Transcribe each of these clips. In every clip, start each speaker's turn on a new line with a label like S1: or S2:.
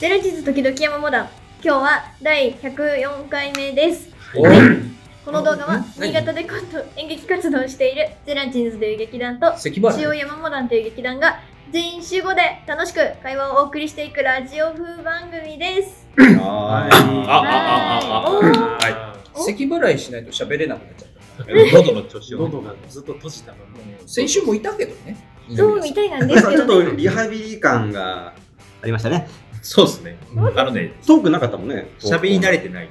S1: ゼラチズ時々山モダン今日は第104回目です
S2: おー
S1: この動画は
S2: 何
S1: 新潟でコント演劇活動をしているゼラチンズという劇団と
S2: 咳
S1: 中央
S2: 払い
S1: 山モダンという劇団が全員集合で楽しく会話をお送りしていくラジオ風番組です
S2: は
S3: あ
S1: は
S3: あ
S1: ーいおー
S3: はい
S1: お
S2: い咳払いしないと喋れなくなっちゃった
S3: 喉の調子を
S4: 喉がずっと閉じたまま
S2: 先週もいたけどね
S1: そうみたいなんで
S5: なん
S1: す
S5: か
S1: け
S5: ちょっ
S1: ど、
S5: と
S1: ね、
S5: リハビリ感がありましたね。
S3: そうですねあのね
S5: トークなかったもんね。
S3: 喋り慣れ
S5: て。
S3: てない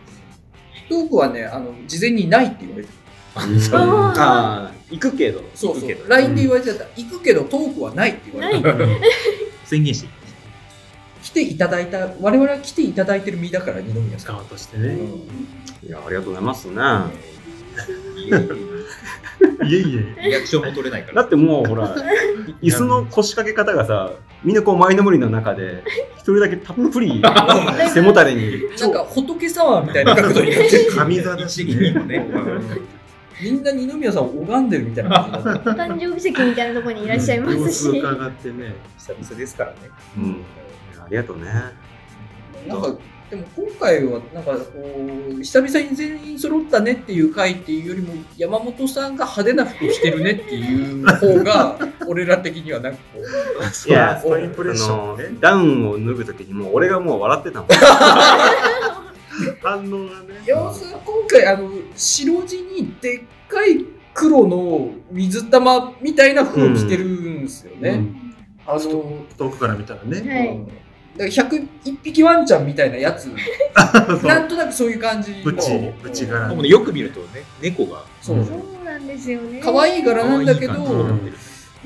S2: トークはねあの事前にないって言われて
S1: そう
S5: ああ、行くけど。
S2: そうそ
S3: 行くけど
S2: う LINE で言われてた行くけどトークはないって言われ
S1: な
S2: て
S3: 宣言して
S2: 来ていただいた我々は来ていただいてる身だから二宮さん
S4: 側としてね、
S5: いや、ありがとうございますね。
S3: いやいやリアクションも取れないか
S5: だ
S3: ら
S5: ってもうほら、椅子の腰掛け方がさ、みんなこう前の無理の中で、一人だけたっぷり背もたれに。
S2: なんか仏様みたいな角度になってる
S3: 神座だしにもね
S2: みんな二宮さんを拝んでるみたいな感じになってる
S1: 誕生日席みたいなところにいらっしゃいますし、
S4: 様子伺ってね
S3: 久々ですからね
S5: うん。いやありがとうね。
S2: なんかでも今回はなんかこう久々に全員揃ったねっていう回っていうよりも山本さんが派手な服してるねっていう方が俺ら的にはなんかこう
S5: いや、
S4: そういうプレッシ
S5: あ
S4: ャ
S5: の
S4: ーね、
S5: ダウンを脱ぐときにもう俺がもう笑ってたもん。
S4: 反応がね
S2: 要するに今回あの白地にでっかい黒の水玉みたいな服を着てるんですよね。
S4: うん
S2: あの
S4: 遠くから見たらね
S1: はい、
S2: だから101匹ワンちゃんみたいなやつなんとなくそういう感じの
S4: ぶちぶち柄
S3: でもねよく見るとね猫が
S2: そう
S1: そうなんですよね
S2: 可愛い柄なんだけど
S3: 可愛い感じになって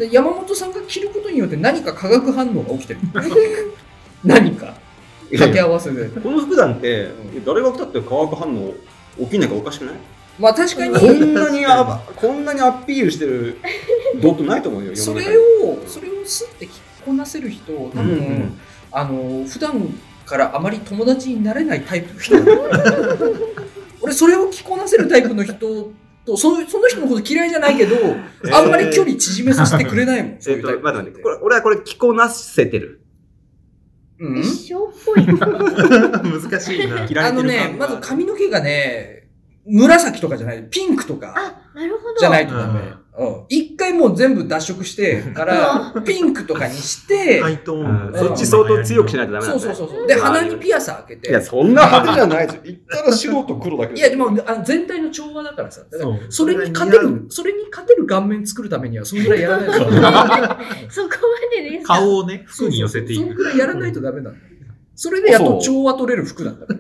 S3: る
S2: で山本さんが着ることによって何か化学反応が起きてる 何か掛け合わせで
S5: この服団って、誰が来たって化学反応起きないかおかしくない
S2: まあ確か
S5: こ
S2: に
S5: んなにあこんなにアピールしてるドットないと思うよ。世
S2: そ
S5: の中に
S2: れをそれをすって着こなせる人多分、
S5: うん
S2: あの普段からあまり友達になれないタイプの人だと思う俺それを着こなせるタイプの人とそその人のこと嫌いじゃないけど、あんまり距離縮めさせてくれないもん。そう
S5: え
S2: い
S5: っ
S2: うタイ
S5: と、
S2: プ
S5: 待って待って、これ、俺はこれ着こなせてる。
S2: うん
S1: 一生っぽい
S4: 難しいな
S2: あのね、まず髪の毛がね、紫とかじゃない、ピンクとか。
S1: あなるほど
S2: じ ゃないとダメ。うん一回もう全部脱色してから、ピンクとかにして、
S4: ハイトーン
S5: そっち相当強くしないとダメ
S2: そ
S5: なん
S2: う
S5: だ
S2: そう
S5: ね。
S2: そうそう。で、鼻にピアス開けて。
S5: いや、そんな派手じゃないですよ。言ったら白と黒だけ
S2: い
S5: ど
S2: や、でもあの全体の調和だからさ。だから
S4: そう
S2: それに勝てる、それに勝てる顔面作るためには、そんぐらいやらないとダメ。
S1: そこまでですか
S3: 顔をね服に寄せてい
S2: そん
S3: く
S2: ぐらいやらないとダメなんだよ。それでやっと調和取れる服なんだから。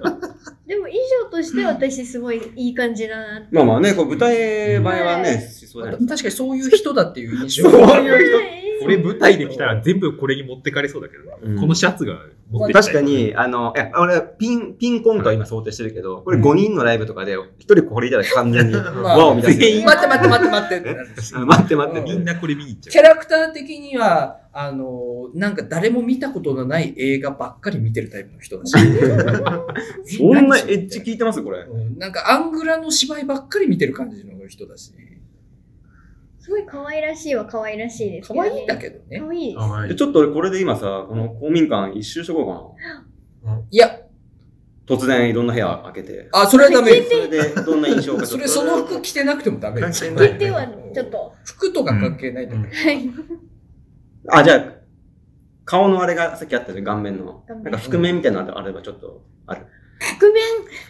S1: でも衣装として私すごいいい感じだなって
S5: まあまあね、こう舞台前は
S1: は
S5: ね、
S1: い
S5: しそうじゃない
S2: 確かにそういう人だっていう印象。
S5: そういう
S1: はい
S3: 俺舞台で来たら全部これに持ってかれそうだけどね
S5: うん
S3: このシャツが持ってきた
S5: 確
S3: い
S5: かに、あの、いや、俺はピン、ピンコントは今想定してるけど、これ5人のライブとかで、1人これいたら完 全に、
S2: あ
S5: わを見出
S2: 待
S3: 全
S2: って
S3: 員
S5: す。
S2: 待って待って待ってってなるし
S5: あ待って待って
S3: みんなこれ見に行っち
S2: キ
S3: ゃ
S2: ャラクター的には、あの、なんか誰も見たことのない映画ばっかり見てるタイプの人だし。
S5: そんなエッジ聞いてますこれ。
S2: うんなんかアングラの芝居ばっかり見てる感じの人だし。
S1: すごい可愛らしいは可愛らしいですけ
S2: 可
S1: どね
S2: 愛いんだけどね
S1: 可。愛いです
S4: 可愛
S5: で
S4: い
S5: ちょっと俺これで今さ、この公民館一周しとこう
S2: いや、
S5: かな。突然いろんな部屋開けて。
S2: あ、それはダメ。
S5: それで、どんな印象かち
S2: そ
S5: ょっ
S2: れ、
S5: と。
S2: その服着てなくてもダメ。
S4: 関係ない
S1: 聞いてはちょっと
S2: 服とか関係ないんだけど。
S1: はい
S5: あ、じゃあ、顔のあれがさっきあったじゃん、顔面の。
S1: 顔
S5: なん
S1: 面
S5: か覆面みたいなのあればちょっとある。
S1: 覆面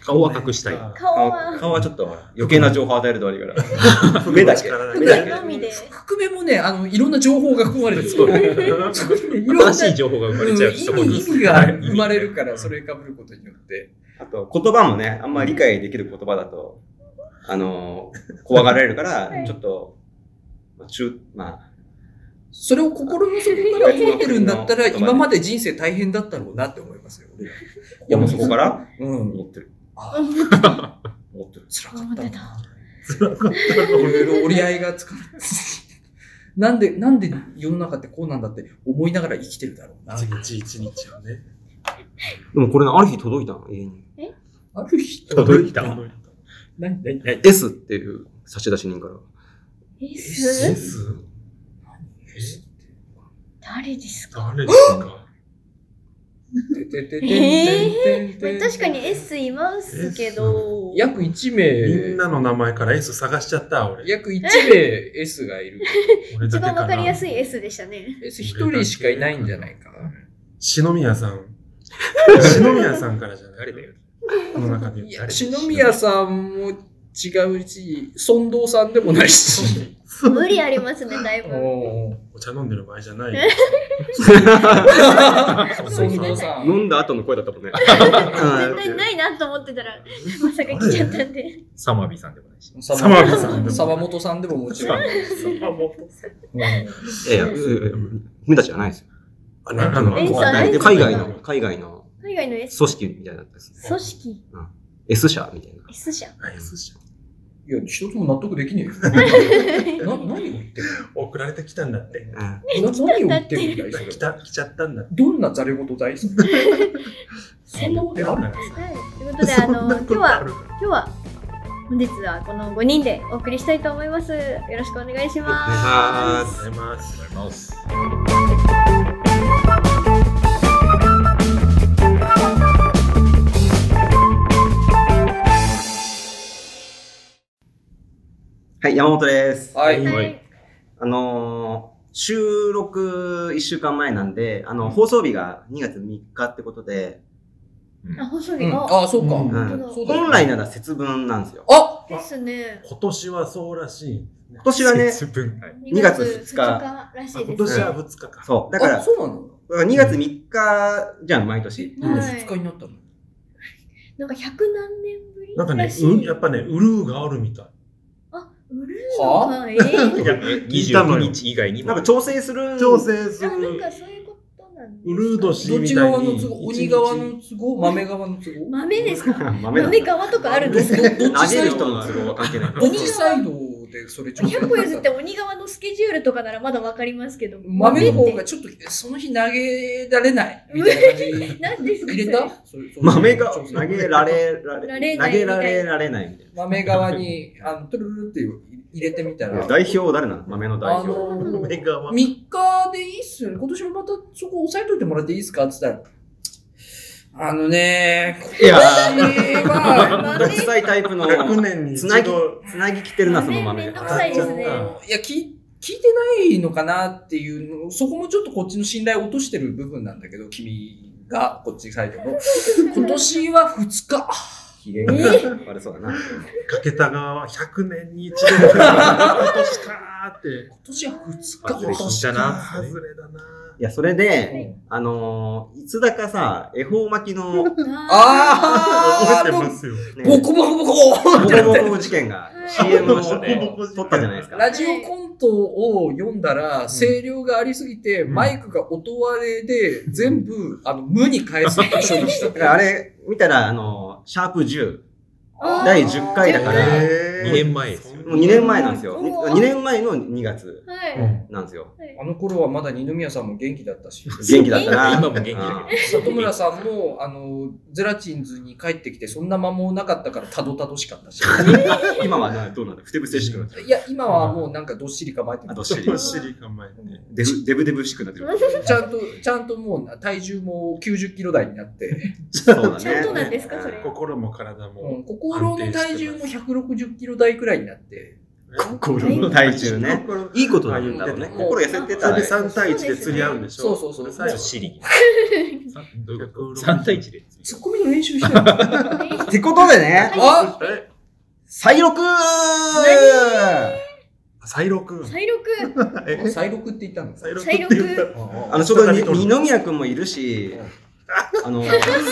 S3: 顔は隠したい
S1: 顔
S5: 顔
S1: は
S5: 顔はちょっと余計な情報与えると悪いから。 目
S4: 目
S5: だ
S4: だ
S5: け
S4: け
S5: 目
S1: 目
S5: だけ
S1: のみで
S2: 覆面もね、あの、いろんな情報が含まれてる。そこにねいろんな
S3: 新しい情報が生まれちゃうそこ
S2: うん
S3: に
S2: 意味が生まれるから、それ被ることによって。
S5: あと、言葉もね、あんまり理解できる言葉だと、あのー、怖がられるか
S1: は
S5: ら、
S1: い
S5: ちょっと、まあ、中、ま
S2: それを心の底から思ってるんだったら、今まで人生大変だったろうなって思いますよ。俺ら
S5: あ、いやもうそこから、
S2: うん。
S5: 思ってる。
S2: あ
S1: 思っ
S5: 思ってる。
S2: 辛かった
S1: 思
S2: な
S1: ってた。
S2: いろいろ折り合いがつかない。なんで、なんで世の中ってこうなんだって思いながら生きてるだろうな。
S4: 一日一日をね
S5: でもこれね、ある日届いたの、家に。
S2: ある日、
S3: 届いた
S4: 届い
S2: 何、何、
S5: え S っていう差出人から。
S1: え
S4: た
S1: す
S4: S
S2: 何
S1: 誰ですか
S4: 誰ですか
S2: ててててててて
S1: 確かに S いますけど。
S2: 約1
S4: みんな
S2: 名、
S4: の名前から S 探しちゃった、俺。
S2: 約1名 S が いる。
S4: 俺
S1: 一
S4: だけ
S1: 番わかりや
S4: な。
S1: すい S でしたね。
S2: S1 人しかいないんじゃないかな。
S4: 篠宮 さん。篠宮さんからじゃない。この中で
S2: い
S4: 言
S2: や、篠宮
S4: ん。
S2: さんも違うし、孫道さんでもないし。
S1: 無理ありますね、だいぶ。
S2: おー
S4: お茶飲んでる場合じゃない。
S2: 孫道さん。
S5: 飲んだ後の声だったもんね。
S1: 絶対ないなと思ってたら、まさか来ちゃったんで。
S3: サマビさんでもないし。
S2: サ
S4: サマビさんでも
S2: 沢本さんでももちろん。うん
S5: いやいや、うう君たちじゃないですよ。
S4: あなたの
S1: えそうなんですか
S5: 海外の、海外の
S1: 海外の S
S5: 組織みたいなやつですね。
S1: 組織
S5: S 社みたいな。
S1: S 社。
S4: あ S じ
S2: いや、一つも納得できねえ よ。な、何を言ってる
S4: ゃん送られてきたんだって。
S5: うん
S2: な何を言ってるんだいそれ
S4: 来た、来ちゃったんだって。
S2: どんなざれ事だいそれそんなことある
S1: はい。ということで、あの、今日は、今日は、本日はこの5人でお送りしたいと思います。よろしくお願いし
S5: お願
S1: ま
S5: いし
S1: す。
S5: ます。
S4: ありがとうございます。
S3: あります。
S5: はい、山本です。
S2: はい。
S1: は。
S2: はい
S5: あのー収録1週間前なんで、あの、放送日が2月3日ってことで、
S1: あ、放送日
S2: うん、
S1: が。
S2: ああ、そうか。
S4: うん
S2: そうだよ
S5: 本来なら節分なんですよ。
S2: あ
S1: ですね。
S4: 今年はそうらしい。今
S5: 年はね
S4: 節分
S5: 2月2日
S1: らしいですね。
S4: 今年は2日か。
S5: そう。だか
S2: あ、
S5: ら、
S2: そうなの
S5: 2月3日じゃん、毎年。
S2: なんで
S1: はい
S2: 二日になったの
S1: なんか百何年ぶり
S4: なんかね
S1: ら、しい
S4: うんやっぱね、ウルーがあるみたい。
S1: あ、うる
S2: は
S1: のか。えー
S3: いや、
S4: 聞いたの
S3: 29
S4: よ
S3: 日以外にも
S5: なんか調整するん
S4: 調整 す
S1: あ、なん
S4: る。
S1: かそういうことなんです
S4: ウルード氏
S2: どっ
S4: み
S2: ち
S4: たい
S2: 側の
S4: に。
S2: 都合鬼側の都合豆側の都合
S1: 豆ですか
S5: 豆だ
S1: 豆側とかあるん
S2: ど
S1: で
S2: ど
S1: すか
S2: どっ
S5: 投
S2: ちサイ
S5: げる
S2: ド
S5: 人の都 合は関係ない。
S2: どっちサイドでそれちょっと
S1: 100個譲って鬼側のスケジュールとかならまだわかりますけど
S2: 豆
S1: っ
S2: の方
S1: て
S2: がちょっとその日投げられないみたいな感じ
S1: 何ですか
S2: 入れたそれそれ
S5: 豆が投げられ
S1: ら
S5: られ、
S1: れないみ
S5: 投
S1: た
S5: げ
S1: いな
S5: られられないみたいな。
S2: 豆側にあのトゥルルルって入れてみたら
S5: 代表誰なの豆の代
S2: あ
S5: 表。
S2: の
S4: 目が
S2: 3日でいいっすよね。今年もまたそこ押さえといてもらっていいですかって言ったら。あのね、
S5: いや
S2: 今年は、
S5: ー、独裁タイプの、
S4: 100年に一
S5: つなぎ
S4: 度、、
S5: つなぎきてるな、その豆
S1: めんど
S5: が
S1: く。さいですね
S2: いや、聞い聞いてないのかなっていうの、そこもちょっとこっちの信頼を落としてる部分なんだけど、君がこっちサイドの。今年は2日。
S5: 機嫌が悪そうだな。
S4: かけた側は100年に一度。今年かーって。
S2: 今年は2日。
S3: 外れ引いたな
S4: あー外れだなー。
S5: いや、それで、
S2: うん
S5: あのー、いつだかさ、恵方巻きの、ね、
S2: あ
S4: 覚え
S2: ー、
S4: て
S2: あ
S4: ま
S2: の、
S4: すよ。
S2: ボコボコボコ
S5: ボコボコ事件
S1: は
S5: が
S1: い
S5: CM を
S3: ボコ
S4: ボコ事件
S5: 撮ったじゃないですか。
S2: ラジオコントを読んだら、声量がありすぎて、
S4: うん
S2: マイクが音割れで、全部、あの、無に返すって処理し
S5: だから
S2: た。
S5: あれ見たら、あのー、シャープ10、
S1: あー
S5: 第10回だから、も
S4: えー
S3: 二年前ですよ
S5: う2年前なんですよ。
S1: うわ
S5: 2年前の2月
S1: はい、
S4: うん
S5: なんですよ。
S2: あの頃はまだ二宮さんも元気だったし、
S5: 元気だったな。
S3: 今も元気だけど。
S2: 里村さんも、あの、ゼラチンズに帰ってきて、そんな間もなかったから、たどたどしかったし。
S5: うん 今はなどうなんだふてぶせしくなってる。
S2: いや、今はもうなんかどっしり構えて
S5: あ
S2: る
S5: どっしり
S4: ど。っしり構えて。
S5: デブデブデブしくなってる。
S2: ちゃんと、ちゃんともう体重も90キロ台になって、
S5: そうだね。
S1: ちゃんとなんですかそれ
S4: 心も体
S2: う
S4: も
S2: ん、。心の体重も160キロ台くらいになって、
S5: 心の体重ね。いいことだんだろうね。
S2: うん
S5: 心痩せて
S4: そ
S5: た
S4: れ
S5: ら
S4: で、3対1で釣り合うんでしょ
S2: そうそうそう
S4: 最後
S3: シリ。さどういうこと
S4: 160
S3: ?3 対1で。
S2: ツッコミの練習してるの。
S5: ってことでね、
S2: あ
S4: え
S5: 再録あ
S4: 再録
S1: 再録
S4: え
S2: 再録って言ったんです
S4: 再録って言った
S5: の、ちょうどに二宮くんもいるし
S2: うん、
S5: あの、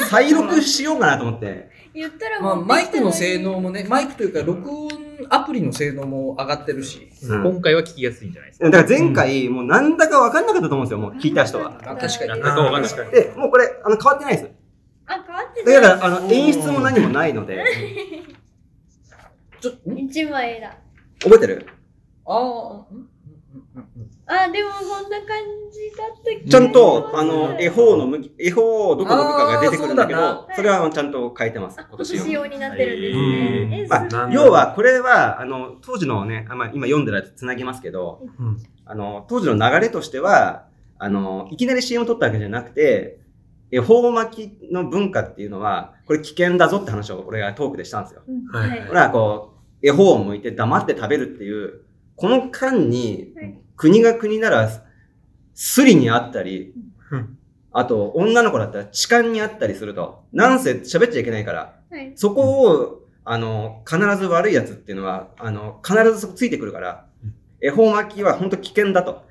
S5: 再録しようかなと思って。
S1: 言ったら
S2: まあ、
S1: もう、
S2: マイクの性能もね、マイクというか、録音アプリの性能も上がってるし、
S5: うん
S3: 今回は聞きやすいんじゃないですか。
S5: だから前回、もうなんだかわかんなかったと思うんですよ、もう聞いた人は。
S2: あ確かに
S3: なんだかわかんない。
S4: 確かに
S5: で、もうこれ、あの、変わってないです。
S1: あ変わって
S5: だ
S1: た
S5: から、あの、演出も何もないので、
S2: ちょっと、ん
S1: 一枚絵だ
S5: 覚えてる
S2: ああ、ん
S1: あでもこんな感じだったけど
S5: ちゃんと、あの、絵法の向き、絵法をどこどこかが出てくるんだけ
S2: あーそう
S5: ど
S1: だな、
S5: それはちゃんと変えてます、
S1: あ
S5: 今
S1: 今
S5: 年
S1: 年
S5: は。
S1: 用になってるんです
S4: うん
S1: ね、え
S5: まあ
S1: すごい
S5: 要は、これは、あの、当時のね、あまあ、今読んでるやつつなぎますけど、
S4: うん
S5: あの、当時の流れとしては、あの、いきなり CM を撮ったわけじゃなくて、え、頬巻きの文化っていうのは、これ危険だぞって話を俺がトークでしたんですよ。
S1: うん
S4: はい
S5: ほら、こう、絵本を向いて黙って食べるっていう、この間に
S1: はい、
S5: 国が国なら、スリにあったり
S4: うん、
S5: あと、女の子だったら痴漢にあったりすると。なんせ喋っちゃいけないから。
S1: はい。
S5: そこを、あの、必ず悪いやつっていうのは、あの、必ずそこついてくるから
S4: うん、
S5: 恵方巻きは本当危険だと。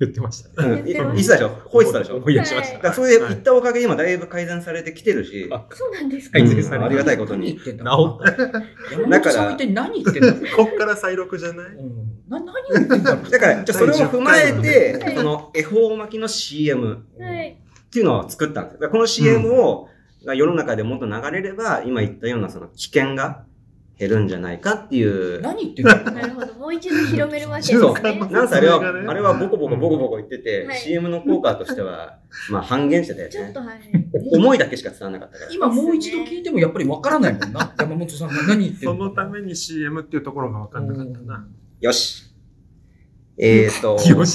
S4: 言ってました。
S5: うん、
S1: 言
S5: い
S1: ってま
S5: い
S1: し
S5: つだでしょほいつだでしょ
S4: 思い出しまし
S1: は
S4: た。
S5: だからそれで
S4: は
S5: 言っ
S4: い
S5: たおかげで今だいぶ改善されてきてるし、
S4: あ
S1: そうなんですか。
S5: う
S4: 改
S5: ん
S4: 善された
S5: ありがたいことに。
S2: 何言ってんだ
S4: 治った。
S2: 山本さん相手に何言ってんだろう
S4: こっから再録じゃない
S2: うんな何を言ってんだろう
S5: だから、じゃあそれを踏まえ
S1: 第10回の
S5: て、その恵方巻きの CM
S1: はい。
S5: っていうのを作ったんですよ。だからこの CM を、が世の中でもっと流れれば、今言ったようなその危険が減るんじゃないかっていう。
S2: 何言ってんだろう
S1: なるほど。もう一度広めるわけです
S5: そう
S1: ね。
S5: なんせあれは、
S4: それがね
S5: あれはボコボコボコボコ言ってて、
S1: うんはい
S5: CM の効果としては、まあ半減してたよ
S1: ちょっ
S5: ね
S1: と。はい。
S5: 思いだけしか伝わらなかったから。
S2: 今もう一度聞いてもやっぱりわからないもんな。山本さんが何言って
S4: そ
S2: る
S4: のために CM っていうところが分かんなかったな。
S5: よし。えー、 と、
S4: し。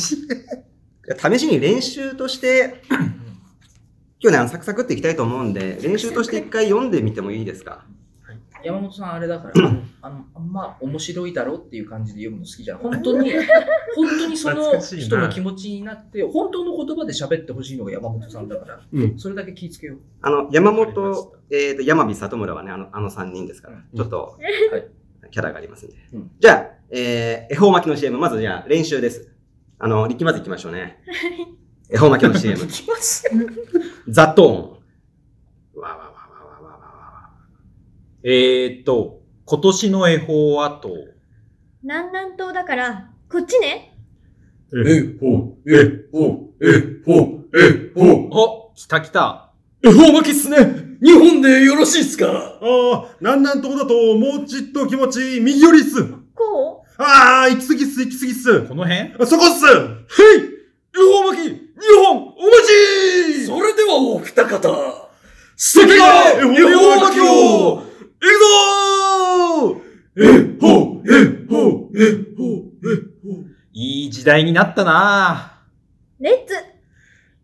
S5: 試しに練習 として、今日ね、あのサクサクっていきたいと思うんで、練習として一回読んでみてもいいですか
S2: 山本さんあれだ から、あのあのあんま面白いだろっていう感じで読むの好き じゃない。本当に、本当にその
S4: 懐かしいな
S2: 人の気持ちになって、本当の言葉で喋ってほしいのが山本さんだから、
S5: うん
S2: それだけ気ぃつけよう。
S5: あの、山
S4: わかりまし
S5: 本、えー、と、山美里村はね、あの、あの3人ですから、
S2: うん
S5: ちょっと、
S2: はい
S5: キャラがありますんで。
S2: うん
S5: じゃあ、えー、恵方巻きの CM、まずじゃあ練習です。あの、力まずいきましょうね。恵方巻きの CM
S2: い。 きます。
S5: ザトーン。わわわわわわわわ。
S3: えーっと、今年の恵方はと、
S1: 南南東だから、こっちね。
S3: えほ、えほ、えほ、えほ。お、きたきた。
S2: 恵方巻きっすね日本でよろしいっすか
S6: ああ、なんなんとこだと、もうちっと気持ちいい、右寄りっす。
S1: こう
S6: ああ、行き過ぎっす、行き過ぎっす。
S3: この辺
S6: そこっす。
S3: 恵方巻き、日本、お待ち
S2: それではお二方、
S3: 素敵な
S6: 恵
S3: 恵
S6: 方巻
S3: 方巻
S6: き
S3: き
S6: を
S3: を行くぞ
S6: え、ほ、え、ほ、え、ほ。
S3: いい時代になったな
S1: レッツ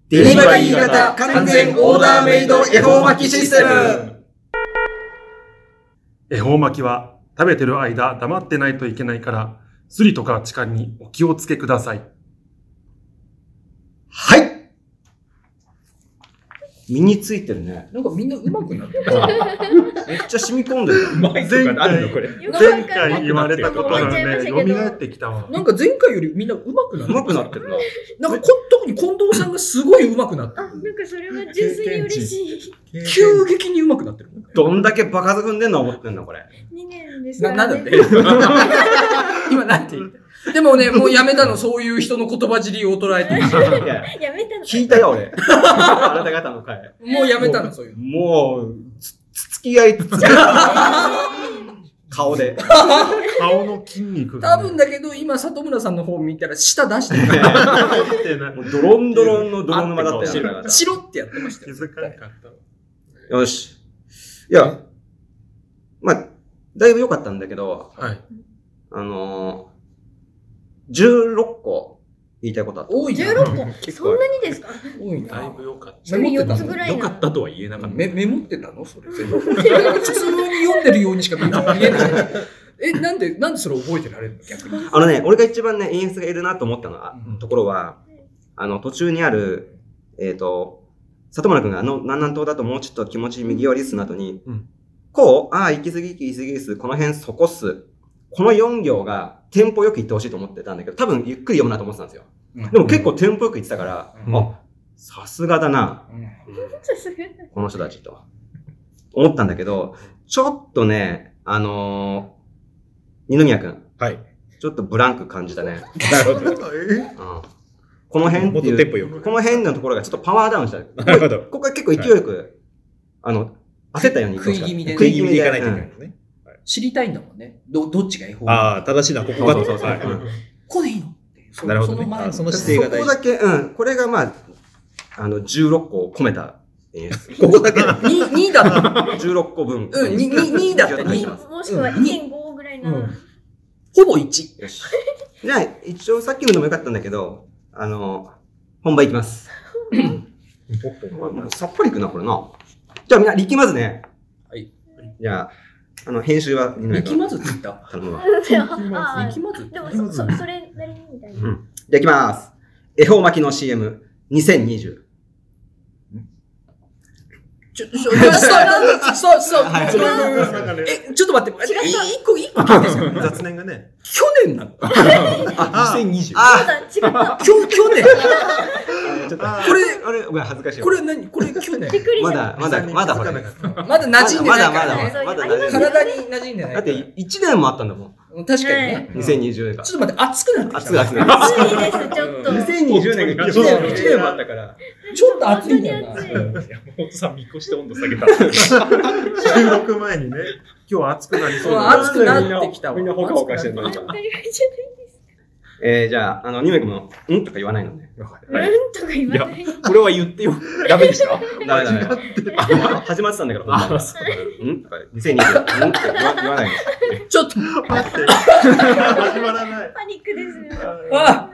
S5: デリバ
S1: バ
S5: リ
S1: リ
S5: ー
S1: ー
S5: 型
S1: 型
S5: 完
S1: 完
S5: 全
S1: 全
S5: オ
S1: オ
S5: ー
S1: ー
S5: ダ
S1: ダ
S5: ー
S1: ー
S5: メ
S1: メ
S5: イ
S1: イ
S5: ド
S1: ド
S5: 恵
S1: 恵
S5: 方
S1: 方
S5: 巻
S1: 巻
S5: き
S1: き
S5: シ
S1: シ
S5: ステ
S1: ステ
S5: ム
S1: ム
S6: 恵方巻きは、食べてる間、黙ってないといけないから、スリとか痴漢にお気をつけください。
S5: はい身についてるね。
S2: なんかみんな上手くなってる。
S5: めっちゃ染み込んでる。
S3: マイクがあるのこれ。
S1: よくわか
S6: 前
S1: んない
S6: 回言われたことが
S1: 思っちゃいま
S6: ね、
S1: したけど
S6: 蘇ってきたわ。
S2: なんか前回よりみんな上手くな
S5: う
S2: ってる
S5: まくなってるな。
S2: なんかこ特に近藤さんがすごい上手くなって
S1: あ、
S2: る。
S1: なんかそれは純粋に嬉しい。
S2: 急激に上手くなってるもんね。
S5: どんだけバカずくんでんの思ってんのこれ。
S1: 2年ですか
S2: な、
S1: ら、
S2: なん
S1: ね。
S2: だって 今なんて言ったでもね、もうやめたの、そういう人の言葉尻を捉え て。
S5: いや、
S1: やめたの。
S5: 聞いたよ俺。あなた方の会。
S2: もうやめたの、そういうの。
S5: もう、つ、つつき合いつつき合い。顔で。
S6: 顔の筋肉
S2: 多
S6: がね。
S2: 分だけど、今、里村さんの方見たら、舌出してるか
S6: 見てない
S5: も。うドロンドロンの泥沼だっ
S3: あ
S5: た
S3: って
S5: よ
S3: 顔
S5: あな
S2: ら、
S5: た
S2: チロってやってました
S6: 気
S2: よ。
S6: づかなかったわ。
S5: よし。いや、まあ、だいぶ良かったんだけど、
S4: はい。
S5: あのー、16個言いたいことあった。
S2: 多いな。
S1: 16個。
S5: 結
S1: そ
S5: 構
S1: んなにですか
S2: 多いな。
S4: だいぶ良かった。
S1: 一人4つ
S2: メモって
S1: ぐ
S2: た
S1: らい
S3: よか
S1: な。
S3: ったとは言えなかった。
S2: メメモってたの それ全部。 普通に読んでるようにしか見えない。え、なんで、なんでそれ覚えてられるの逆に。
S5: あのね、俺が一番ね、演出がいるなと思ったのは、
S4: うん
S5: ところは、あの、途中にある、えっ、と、里村くんが、あの、南南東だともうちょっと気持ち右寄りっすの後に、
S4: うん
S5: こう、ああ、行き過ぎ行き過ぎっす、この辺そこっす。この4行がテンポよく言ってほしいと思ってたんだけど、多分ゆっくり読むなと思ってたんですよ。
S2: うん
S5: でも結構テンポよく言ってたから、
S2: うん
S5: あ、さすがだな、
S1: さすが
S5: この人たちと。思ったんだけど、ちょっとね、あのー、二宮くん。
S3: はい。
S5: ちょっとブランク感じたね。
S3: なるほど。
S5: うん。この辺って
S3: もっと
S5: い
S3: テン
S5: う、
S3: ポよく。
S5: この辺のところがちょっとパワーダウンした。
S3: なるほど。
S5: ここが結構勢いよく、あの、焦ったように言ってほしかった
S2: 食い気味で
S3: 食い気味でいかないといけないのね。
S2: 知りたいんだもんね。ど、どっちが絵本
S3: ああ、正しいのはここか
S5: そう
S3: と。
S5: そうそう
S3: はい
S2: ここでいいのってそ
S3: なるほど
S2: そ
S3: ね
S2: の前
S3: あそ
S5: う
S3: の
S5: ん
S3: 姿勢が
S5: そこだけ、うん。これがまあ、あの、16個を込めた演出。
S2: ここだけだ。2、二だった。
S5: 16個分。
S2: うんにににだった
S5: よ
S2: に
S5: し
S1: もしくは1.5ぐらいな。
S2: うんほぼ1。
S5: よし。 じゃあ、一応さっきのでもよかったんだけど、あの、本番いきます。さっぱりいくな、これな。じゃあみんな、力まずね。
S2: はい。
S5: じゃあ、あの、編集は二宮
S2: 力
S5: 君
S2: まずって言った。
S5: 頼むわ。
S1: あ
S2: 力まず
S1: でもそそそれなりにみたいな。
S5: じゃあ行きます。恵方巻きの CM2020。
S2: ちょ、ちょ、ちょ、ちょ、そう、そう、
S5: はい
S2: ちょえ、ちょっと待って、え、一個、一個聞いていいですか
S6: 雑念がね。
S2: 去年なの
S5: あ、2020。
S1: そ
S5: あ
S1: う、だ、違った。
S2: きょ去年
S5: ちょっと、
S2: これ、
S5: あれ、ごめん、恥ずかしいわ。
S2: これ何これ去年
S1: びっくりし
S5: ま
S1: た。
S5: だ、まだ、まだほら。
S4: 気づかなかっ
S2: まだ馴染んでないから
S5: まだ、ま
S2: ね。
S5: だ、まだ、
S1: そういうのあり
S5: 馴
S1: ます
S5: 染んで
S1: よ
S2: 体に馴染んでない
S5: だ
S2: から。
S5: って、1年もあったんだもん。
S2: 確かにね。
S5: 2020年か
S2: ちょっと待って、暑くなって
S5: ら。
S2: き
S5: 暑
S2: た
S5: い、
S2: な。
S5: 暑 い。
S1: 暑いです、ちょっと。
S5: 2020年が1
S2: そう
S5: 年、一年もあったから。
S2: ちょっと暑いんだよ
S1: 本
S2: な
S1: 当に。暑い
S3: いや、もうさ、見越して温度下げた。
S4: た収録前にね、
S6: 今日は暑くなりそう
S2: そう
S6: だ
S2: 暑くなってきたわ
S3: みんなほかほかしてんの。
S1: あん
S3: 今
S1: たり前じ
S5: えー、じゃあ、あの、二名君も、んとか言わないのね。
S1: ゃない。うんとか言わない。
S3: これは言ってよ。ダメでした
S5: ダメダメ。始まってたんだから、本番がんとか、2020、んとか言わ言わないの。
S2: ちょっと、
S4: 待って、始まらない。
S1: パニックですよ。
S2: あ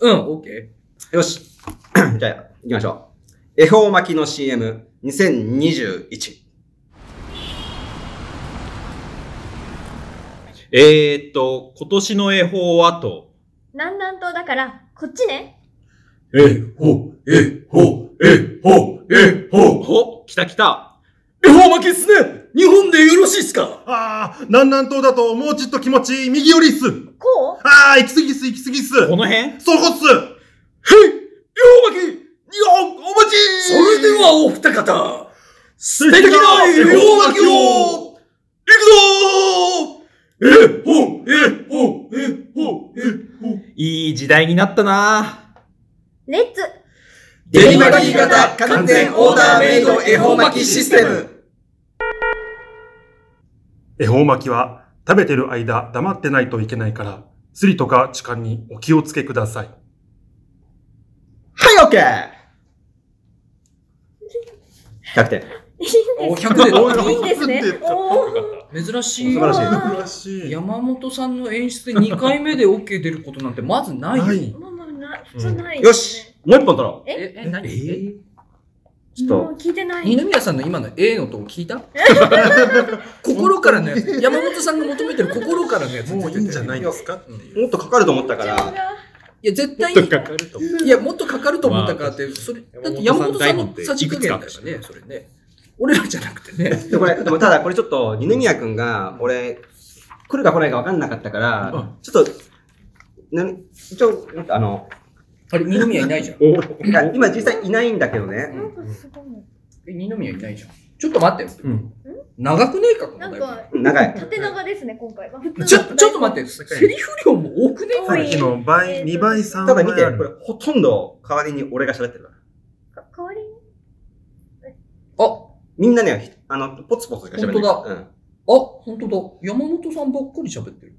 S2: うん、オッケ
S5: よし。 じゃあ、行きましょう。恵方巻きの CM2021。
S7: えー、っと、今年の恵方はと、
S1: 南南東だから、こっちね。
S3: えほ、えほ、えほ、えほ。
S7: ほ来た来た
S2: ー。恵方巻きっすね日本でよろしいっすか
S6: ああ、南南東だともうちょっと気持ちいい右寄りっす。
S1: こう
S6: ああ、行き過ぎっす、行き過ぎっす。
S7: この辺
S6: そこっす。
S2: 恵方巻き日本お待ちそれではお二方、素敵な恵方巻きを
S3: えほ、えほ、えほ、えほ。
S7: いい時代になったな
S1: レッツ
S2: デリバリー型完全オーダーメイド恵方巻きシステム。
S6: 恵方巻きは食べてる間黙ってないといけないから、スリとか痴漢にお気をつけください。
S5: はい、OK! 100点。
S1: いいん
S2: お
S1: で
S2: 100で
S1: す。いいんですね。おー
S2: 珍しい
S5: 素晴らしい
S1: あ
S4: らしい。
S2: 山本さんの演出で2回目で OK 出ることなんてまずないよ。
S6: はい。
S1: まあまあな、普通ない、
S5: よし。もう一本取ろ
S2: え、え、何え
S5: う。ち
S1: も
S5: ょ
S1: う
S5: っ
S1: 聞いてない。
S2: 二宮さんの今の A の音聞いた心からのやつ。山本さんが求めてる心からのやつ。
S4: もういいんじゃないですかっていう。
S5: と、もっとかかると思ったから、
S2: いや、絶対に。
S7: かると
S2: いや、もっとかかると思ったからって、それ、だって山本さんのさじ加減だしね、それね。俺らじゃなくてね。
S5: でもこれ、でもただこれちょっと、二宮くんが、俺、来るか来ないか分かんなかったから、ちょっと、なに、一応、あの、
S2: あれ、二宮いないじゃん。
S5: いや今実際いないんだけどね。
S1: なんかすごい。
S2: え二宮いないじゃん。ちょっと待ってよ。
S5: うん
S2: 長くねえか、この
S1: な
S2: 台
S1: ん
S2: 本
S1: か、
S5: 長い。
S1: 縦長ですね、今回は。普通の
S2: ちょ、ちょっと待って、セリフ量も多くね
S1: 多い
S6: さっきの倍、2倍、3
S5: ただ
S6: 倍
S5: 見て、
S6: あ
S5: これ
S6: る。
S5: ほとんど代わりに俺が喋ってるから。
S1: か代わりに。
S2: あ、あ、
S5: みんなね、ひあの、ポツポツしか喋ってない。
S2: 本
S5: うん。
S2: 本当だ。山本さんばっかり喋ってる。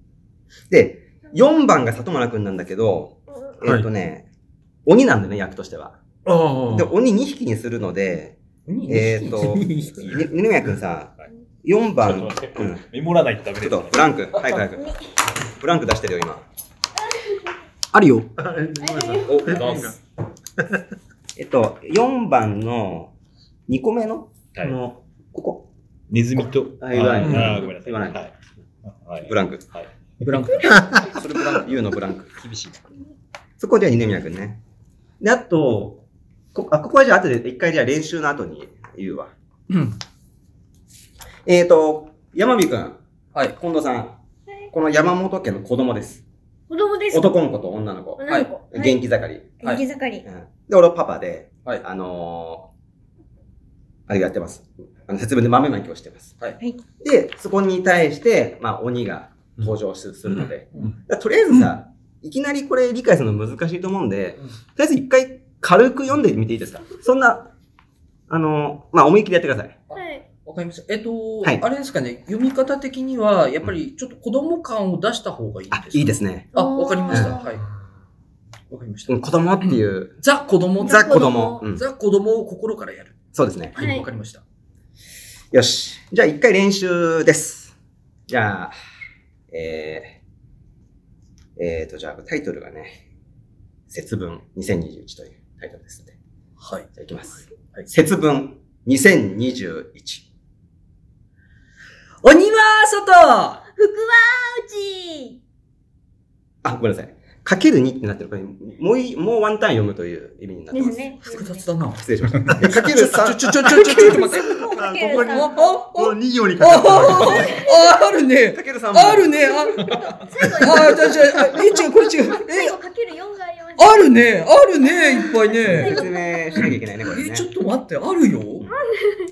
S5: で、4番が里村くんなんだけど、えっ、
S6: はい
S5: とね、鬼なんだよね、役としては。
S6: ああ
S5: で、鬼2匹にするので、えっ、と、に二宮くんさ
S3: はい、
S5: 4
S3: ちょっ
S5: 番、
S3: と待って
S5: うん、ち
S3: メモらないとダメ
S5: ょっ
S3: です
S5: とブランク、早く早く。ブランク出してるよ、今。
S2: あるよ。
S5: おえっと、4番の2個目の、
S3: はい
S5: この、ここ、
S3: ネズミと。
S5: あ言わない
S3: ああ、ごめんなさい。
S5: 言わない
S3: はい。はい
S5: ブランク。
S2: ブランク。
S5: それブランク。U のブランク。
S3: 厳しい。
S5: そこじゃあ二宮くんね。で、あと、こあここはじゃあ後で、一回じゃあ練習の後に言うわ。
S2: うん。
S5: えっ、ー、と、山美くん。
S2: はい。
S5: 近藤さん。この山本家の子供です。
S1: 子供です。
S5: 男の子と女の子。
S1: 女の子。はい
S5: 元気盛り。
S2: は
S1: 元
S2: い
S1: 気盛り。
S5: うんで、俺はパパで、
S2: はい
S5: あのーあれやってます。あの、節分で豆まきをしてます。
S2: はい
S1: はい
S5: で、そこに対して、まあ、鬼が登場すするので、
S2: うんうん
S5: だからとりあえずさ、いきなりこれ理解するの難しいと思うんで、
S2: うん
S5: とりあえず一回軽く読んでみていいですかそんな、あのーまあ、思い切りやってください。
S1: はい。
S2: わかりました。えっと、
S5: はい
S2: あれですかね、読み方的には、やっぱりちょっと子供感を出した方がいいです
S5: あ
S2: か、
S5: いいですね。
S2: あ、わかりました。
S1: あー
S2: はい。わかりまし
S5: う
S2: た
S5: ん。子供っていう、
S2: ザ・子供
S5: ザ・
S2: ザ・
S5: 子
S1: 子
S5: 供
S1: 供。
S5: うん、
S2: ザ・子供を心からやる。
S5: そうですね。
S2: はい
S1: はい
S2: わかりました。
S5: よし。じゃあ一回練習です。じゃあ、えー、えーと、じゃあタイトルがね、節分2021というタイトルですので。
S2: はい。
S5: じゃあいきます。
S2: はい
S5: 節分2021。
S2: 鬼は外
S1: 福はうち
S5: あ、ごめんなさい。かける2ってなってるから、もういもうワンターン読むという意味になって
S1: で
S5: ますす。
S1: ね。
S2: 複雑だな。
S5: 失礼しました。でかける 3。
S2: ちょ、ちょ、ちょ、ちょ、ちょっと待って。
S1: かけ
S6: こ
S1: る
S6: こに
S1: さん
S2: お、お、お、
S6: この2行にかかってるわけですね
S2: あ、あるね。
S5: かける3
S2: あるね。あ、
S1: 最後に
S2: あ、じゃ、じゃ、え、違う、これ違う。
S1: 最
S2: え、
S1: 後かける四がありました。
S2: あるね。あるね。いっぱいね。
S5: 説明しなきゃいけないね、これ
S2: え、
S5: ね
S2: ちょ。っと待って、あるよ。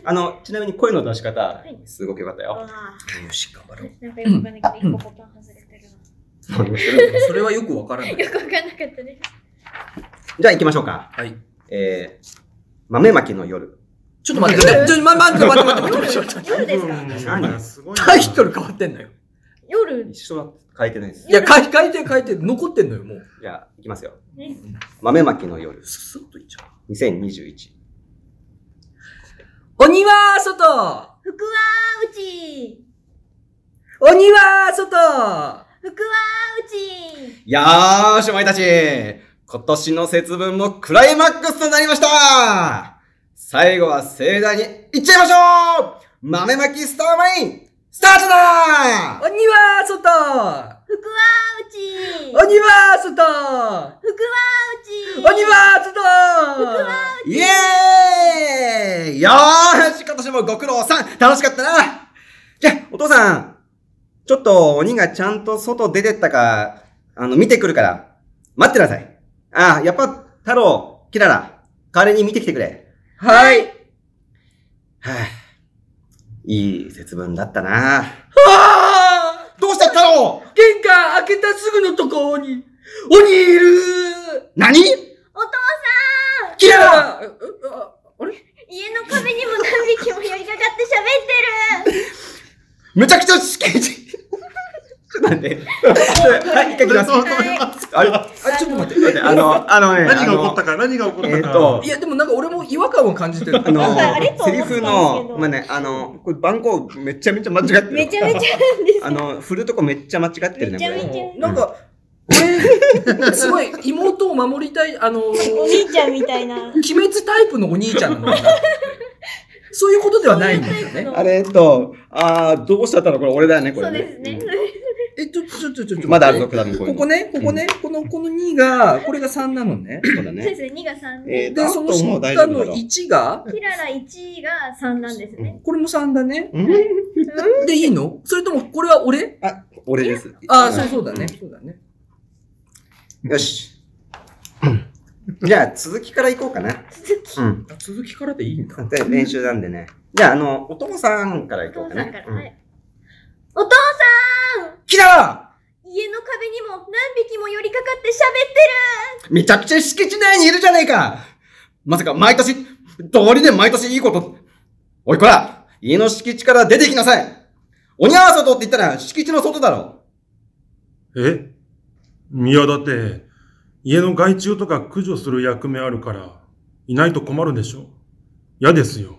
S5: あの、ちなみに声の出し方
S1: い、
S5: すごくよかったよ。
S1: あ
S2: よし、頑張ろう。
S1: ーなんかよくわかんないけど、一個ボタン外れてるの。
S2: それはよくわからない。
S1: よくわかんなかった ね。
S5: じゃあ行きましょうか。
S2: はい。
S5: えー、豆まきの夜。
S2: ちょっと待って、ちょ、ちょ、ま、待って、待って、待って、待って。
S1: 夜ですか
S5: 何
S4: すごいな
S2: タイトル変わってんのよ。
S1: 夜
S5: 一緒は書いてないです。
S2: いや、書い書いて、書いて、残ってんのよ、もう。
S5: じゃあ、行きますよ
S1: ね。
S5: 豆まきの夜、
S2: すっといっちゃう。
S5: 2021。
S2: 鬼は外
S1: 福はうち
S2: 鬼は外
S1: 福はうち
S5: やーし、お前たち今年の節分もクライマックスとなりました最後は盛大にいっちゃいましょう豆まきスターマインスタートだ
S2: 鬼は外
S1: 福はうち
S2: 鬼は外
S1: 福はうち
S2: 鬼は
S5: イエーイよーし今年もご苦労さん楽しかったなじゃあ、お父さんちょっと鬼がちゃんと外出てったか、あの、見てくるから、待ってなさい。ああ、やっぱ、太郎、キララ、代わりに見てきてくれ。
S2: 外はい
S5: はあ、いい節分だったな。
S2: あ
S5: どうした太郎
S2: あ玄関開けたすぐのとこに、鬼いる
S5: 何
S1: お父さん
S2: キララえああれ
S1: 家の壁にも何匹も寄りかかって喋ってる
S5: むちゃくちゃ試験人ちょっと待って。はい、一回切ります。あれあ
S2: あ、ちょっと待っ
S5: ちょっと待って、あの、あのね、
S6: 何が
S5: あ
S6: 起
S5: の
S6: こったか、何が起こったか。
S5: えっと
S2: て。いや、でもなんか俺も違和感を感じてる。
S5: あの
S1: なんかあれと思ったんですけど
S5: セリフの、まあね、あの、これ番号めちゃめちゃ間違ってる。
S1: めちゃめちゃ
S5: あの、振るとこめっちゃ間違ってるね、
S1: めちゃめちゃ
S5: こ
S2: なんか、俺、すごい妹を守りたい、あの、
S1: お兄ちゃんみたいな
S2: 鬼滅タイプのお兄ちゃんなんだそういうことではないんだよね。
S5: れあれと、あー、どうしちゃったのこれ俺だよね、こ
S1: そ
S5: れ
S1: うですね
S2: え、ちょ、ちょ、ちょ、ちょ、ち
S5: う
S2: ょ
S5: んまだあるぞ、果物こうい
S2: こ
S5: うの
S2: こね、ここね、この、この2が、これが3なのね。
S5: そうだ
S1: そう
S5: ね
S1: で。すね2が3
S5: え
S1: で
S2: で、
S5: ー、だ
S2: その
S5: ともう大
S2: 下
S5: 丈夫
S2: の
S5: だろう。
S2: 1が、
S1: キララ1が3なんですね
S2: これも3だね。
S5: うん
S2: で、いいのそれとも、これは俺
S5: 俺です。
S2: ああ、そうそうだね。そうだね。
S5: よし。じゃあ、続きからいこうかな。
S1: 続き
S5: うん。
S2: あ続きからでいいんだ。
S5: で練習なんでね。じゃあ、あの、お父さんからい
S1: お
S5: こう
S1: 父
S5: か
S1: さ
S5: な。
S1: んから、
S5: うん
S1: はいお父さん
S5: キララ
S1: 家の壁にも何匹も寄りかかって喋って
S5: めちゃくちゃ敷地内にいるじゃねえかまさか毎年、道理で毎年いいこと。おいこら家の敷地から出て行きなさい鬼は外って言ったら敷地の外だろ
S6: え宮だって、家の害虫とか駆除する役目あるから、いないと困るでしょ嫌ですよ。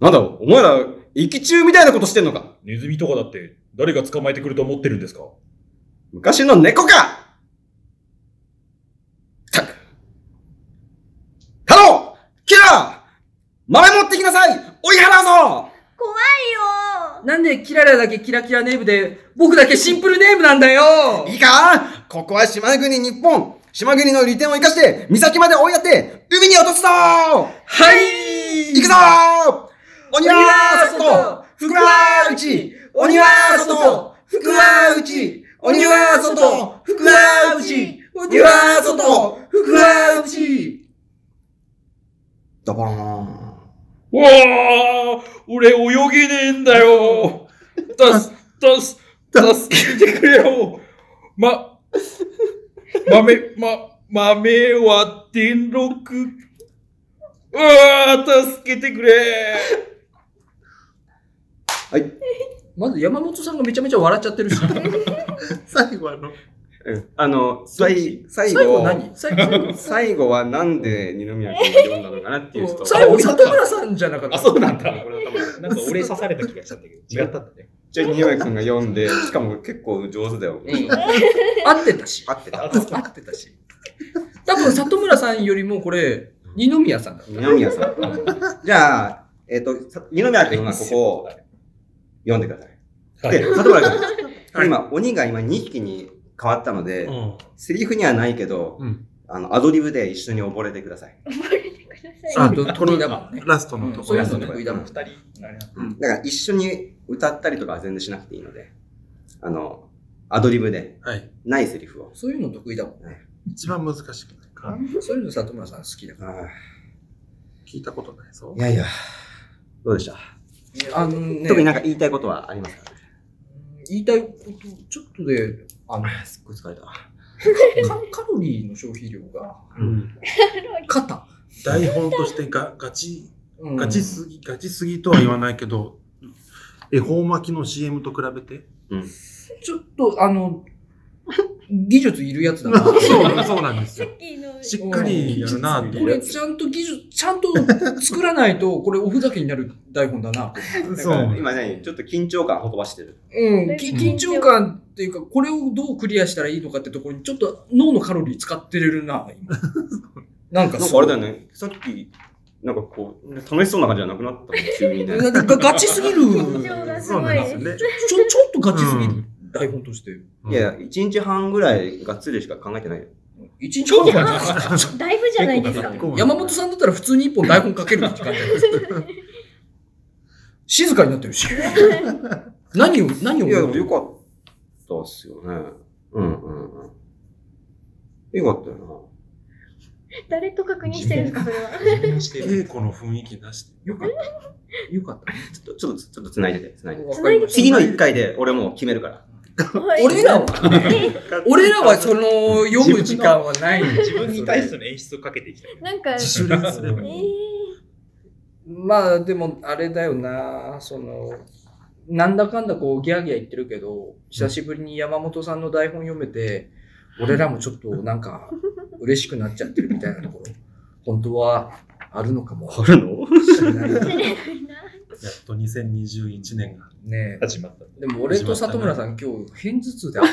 S5: なんだお前ら、生き中みたいなことしてんのか
S7: ネズミとかだって、誰が捕まえてくると思ってるんですか
S5: 昔の猫かったく。太郎キラー豆持ってきなさい追い払うぞ
S1: 怖いよ
S2: なんで、キララだけキラキラネームで、僕だけシンプルネームなんだよ
S5: いいかここは島国日本島国の利点を生かして、岬まで追いやって、海に落とすぞはい行くぞ鬼は外福は内鬼は外福は内鬼は外福は内鬼は外福は内ドボーン。
S7: うわあ俺泳げねえんだよだす、だす、だす、聞いてくれよま、豆、ま、豆は天禄。うわあ助けてくれ
S2: まず山本さんがめちゃめちゃ笑っちゃってるし。
S6: 最後の。
S5: あの、最、最
S2: 最後
S5: 後、
S2: 何最後、最後
S5: 最後はなんで二宮君が読んだのかなっていう人
S2: 最後、里村さんじゃなかった。
S7: うなんだ。なんか俺刺された気がしたんだけど、違ったんだね。
S5: じゃあ、二宮君が読んで、しかも結構上手だよ。
S2: 合ってたし。
S5: 合ってた。
S2: 合ってたし。多分、里村さんよりもこれ、二宮さんだ。
S5: 二宮さん。じゃあ、えっ、と、さ二宮君はここを読んでください。
S7: はい
S5: で、里村君、これ今、鬼が今2匹に変わったので、
S6: うん
S5: セリフにはないけど、
S6: うん
S5: あの、アドリブで一緒に溺れてください。
S2: あ、
S1: あ
S2: どこのだもんね。
S3: ラスト
S2: う
S3: の
S2: ん
S3: と
S2: そ
S3: こ
S2: うい
S3: ろ
S2: う
S3: で
S2: の
S3: すね。
S2: 得意だもん。
S4: 二人、あれな
S5: だから一緒に歌ったりとかは全然しなくていいので、あの、アドリブで、
S6: はい。
S5: ないセリフを。
S2: そういうの得意だもん。
S3: 一番難しくないか。
S2: そういうの里村さん好きだから。
S3: 聞いたことないぞ
S5: い。やいや、どうでした、
S2: あのね、
S5: 特になんか言いたいことはありますか
S2: 言いたいこと、ちょっとで、あ の、
S5: すっごい疲れた。
S2: カカロリーの消費量が、
S6: うん
S2: 肩。
S6: 台本としてがガチ、
S2: うん
S6: ガチすぎ、ガチすぎとは言わないけど、恵方巻きの CM と比べて。
S2: ちょっと、あの、技術いるやつ だな。
S6: そうそうなんです
S1: さ
S6: よ。
S1: っきの
S6: しっかりやるなって
S2: こ
S6: いう
S2: れ
S6: やつ。
S2: ちゃんと技術、ちゃんと作らないと、これおふざけになる台本だな。
S6: そう。
S5: 今ね、ちょっと緊張感ほとばしてる。
S2: うん、き緊張感っていうか、これをどうクリアしたらいいのかってところに、ちょっと脳のカロリー使ってるな、 今。なんか
S5: なん
S2: そ
S5: かあ
S2: う
S5: れだよね、さっき、なんかこう、楽しそうな感じじゃなくなったの、急にね。
S2: だってがガチすぎる。
S1: 緊張がす
S6: そう
S1: ご
S6: ないん
S1: で
S6: ですすよね。
S2: ちょ、ちょっとガチすぎる。台本として。
S5: いや、一日半ぐらいがっつりしか考えてないよ。
S2: 一日半じゃない
S1: だいぶじゃないですか。
S2: 山本さんだったら普通に一本台本書けるって感じじゃないですか。静かになってるし。何を、何を
S5: いや、でもよかったっすよね。うんうんうん。よかったよ
S1: 誰と確認してるんですか、それは。
S6: 稽古の雰囲気出して。
S2: よかった。よかった。
S5: な。ちょっと、ちょっと、ちょっと繋いでて、繋いでて。
S2: わかりました
S5: 次の1回で俺もう決めるから。
S2: 俺らは、 俺らはその、読む時間はない。
S4: 自分に対しての演出をかけていきたい。
S1: なんか、え
S6: 自主練すればいい。
S1: ー、
S2: まあでもあれだよなそのなんだかんだこうギャーギャー言ってるけど久しぶりに山本さんの台本読めて俺らもちょっとなんか嬉しくなっちゃってるみたいなところ本当はあるのかもし
S5: るの
S2: れない
S6: やっと2021年が。
S2: ね
S4: 始まった。
S2: えでも俺と里村さん今日片頭痛であっ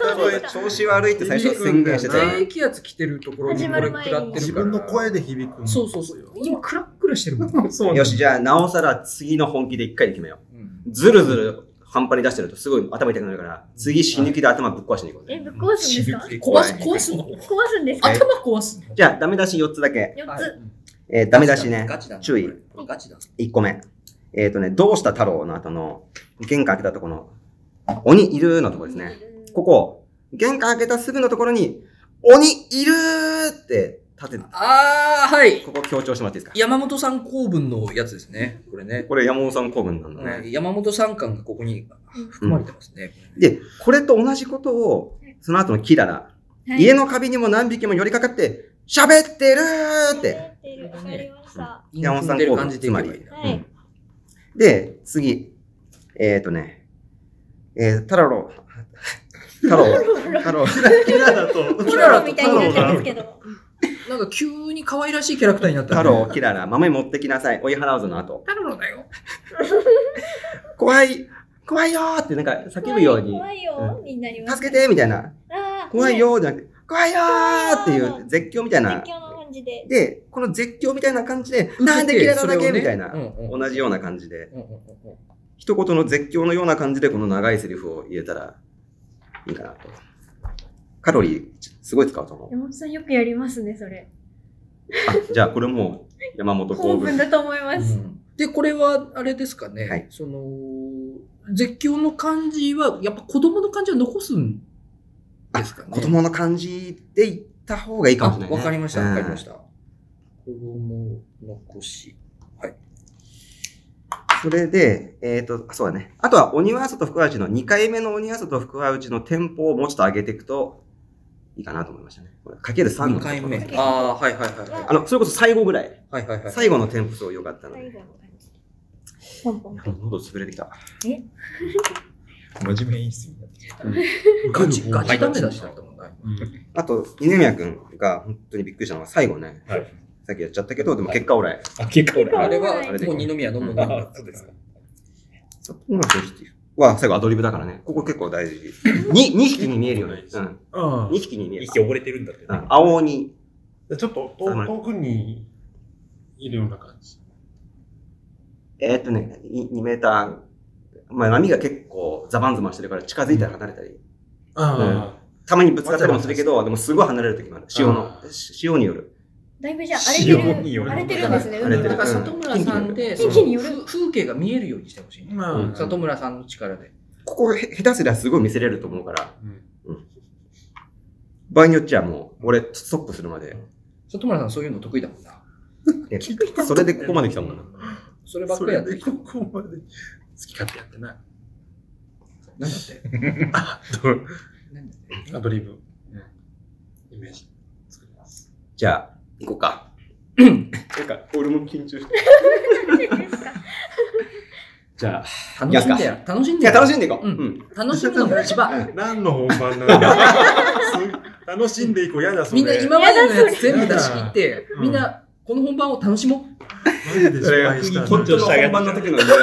S2: た
S1: そうでした
S5: 調子悪いって最初宣言してたよ
S2: 低気圧来てるところにこれ食らってるから
S1: 自
S6: 自分の声で響く。
S2: そうそうそう今クラックラしてるもん、
S6: そうなん
S5: よ
S6: で
S5: し、
S6: す。
S5: じゃあ、なおさら次の本気で1回で決めよう。
S2: うん
S5: ずるずる半端に出してるとすごい頭痛くなるから、次死ぬ気で頭ぶっ壊しに行こう
S1: え、
S5: ぜ。
S1: ぶっ壊すんですか
S2: 壊す壊すの
S1: 壊すんですか
S2: 頭壊すの
S5: じゃあ、ダメ出し4つだけ。
S1: 四
S2: はい
S1: つ。
S5: えーダメ出しね。
S2: ガチだな
S5: 注意
S2: これこれガチだ
S5: 1個目。えっ、とね、どうした太郎の後の、玄関開けたとこの、鬼いるのとこですね。ここ、玄関開けたすぐのところに、鬼いるーって立てて、
S2: ああはい
S5: ここ強調してもらっていいですか
S2: 山本さん公文のやつですね。これね。
S5: これ山本さん公文なんだね。
S2: ね山本さん感がここに含まれてますね。
S5: で、これと同じことを、その後のキララ、
S1: はい
S5: 家の壁にも何匹も寄りかかって、喋ってるーって。
S1: 喋ってる。わかりました。
S5: 山本さん
S2: 陰
S5: 公
S2: 踏ん
S5: 文、
S2: でる感じ
S5: つま
S2: でいけばいい
S5: り
S2: な。
S1: はい。
S5: で、次。えっ、ー、とね、えー、太郎、太郎、太郎、
S3: キラだと。
S1: キララみたいになってますけど。
S2: なんか急に可愛らしいキャラクターになったね
S5: 太郎、キララ、豆持ってきなさい、追い払うぞの後。
S2: 太郎だよ。
S5: 怖い、怖いよーってなんか叫ぶように、
S1: 怖いよ、みんなには。
S5: 助けてーみたいな、
S1: あー
S5: 怖い。よーじゃなくて、怖いよーっていう絶叫みたいな
S1: 絶。叫の感じで。
S5: で、この絶叫みたいな感じで、なんでキララだけみたいな、
S2: うんうん
S5: 同じような感じで。
S2: うんうんうんうん
S5: 一言の絶叫のような感じでこの長いセリフを入れたらいいかなと。カロリーすごい使うと思う。
S1: 山本さんよくやりますね、それ。
S5: あ、じゃあこれもう山本公
S1: 本
S5: 文
S1: 文。だと思います。
S2: で、これはあれですかね。
S5: はい
S2: その、絶叫の感じは、やっぱ子供の感じは残すんですかね。
S5: 子供の感じで言った方がいいかもしれない、
S2: あ
S5: ね。
S2: わかりました、
S5: うん
S2: わかりました。子供残し。
S5: それで、えっ、と、そうだね。あとは鬼は外福は内の2回目の鬼は外福は内のテンポをもうちょっと上げていくといいかなと思いましたね。これかける3
S2: 2
S5: のところ
S2: 回目。ああー、はいはいはいはい。
S5: あの、それこそ最後ぐらい。
S2: はいはいはい。
S5: 最後のテンポすごい良かったの
S1: 最
S5: で。
S1: 後の感じで。ポンポン。
S5: 喉潰れてきた。
S4: 真面目演出になってきた。
S2: ガチ、ガチダメ出しだったもんな。
S5: あと、二宮くんが本当にびっくりしたのが最後ね。
S4: はい
S5: さっきやっちゃったけど、でも結果オーライ。
S4: あ、結構俺、
S2: あ
S4: あ
S2: れ
S4: れ
S2: は
S1: あ
S5: れで
S2: もう二宮のもの
S4: あ、そうですか。
S5: そこの正直は最後アドリブだからね。ここ結構大事。に、2匹に見えるよね。うん。
S6: ああ
S5: 2匹に見え
S4: 一
S5: る。
S4: 気溺れてるんだって
S5: う
S4: ね
S5: ん。青鬼、
S4: ちょっと遠遠くにいるような感じ。
S5: えーっとね、い2メーター、まあ波が結構ザバンズバンしてるから近づいたり離れたり、
S4: あ
S5: たまにぶつかったりもするけど、でもすごい離れる時もある。潮の
S4: あ、
S5: 潮による。
S1: だいぶじゃあ荒れてる
S4: 塩による
S1: 荒れてるんですね
S5: 荒れて
S1: 海が
S2: だ
S5: る
S2: から里村さんで、
S1: 近畿
S2: その
S1: による
S2: 風風景が見えるようにしてほしい
S4: あ。
S2: ね。
S4: まあ、
S5: うん
S2: 里村さんの力で。
S5: ここへ下手すりゃすごい見せれると思うから、
S4: うん
S5: 場合によっちゃもう、俺、ストップするまで。
S2: 里村さんそういうの得意だもんな。
S5: ねそれでここまで来たもんな。
S2: そればっ
S4: そ
S2: かりや
S4: れ
S2: って
S4: で
S2: きた
S4: こ。こまで好き勝手やってな。
S2: なんだって。なんだって。
S4: アドリブ。イメージ作ります。
S5: じゃあ、行こうか。なんか、俺も緊張して。じゃあ、
S2: 楽しんでや。楽しん
S5: い
S2: で
S5: や、
S2: や。
S5: 楽しんでいこう。
S2: う
S5: うん。
S2: 楽しむのが一番。
S4: 何の本番なんだす楽しんでいこう、やだ、それ。
S2: みんな今までのやつ全部出し切って
S4: う、ん
S2: みんなこの本番を楽しもう。
S4: マジで失敗したんだ。
S3: それが緊張したやつ
S5: 本番の時の。じゃあ、
S1: 本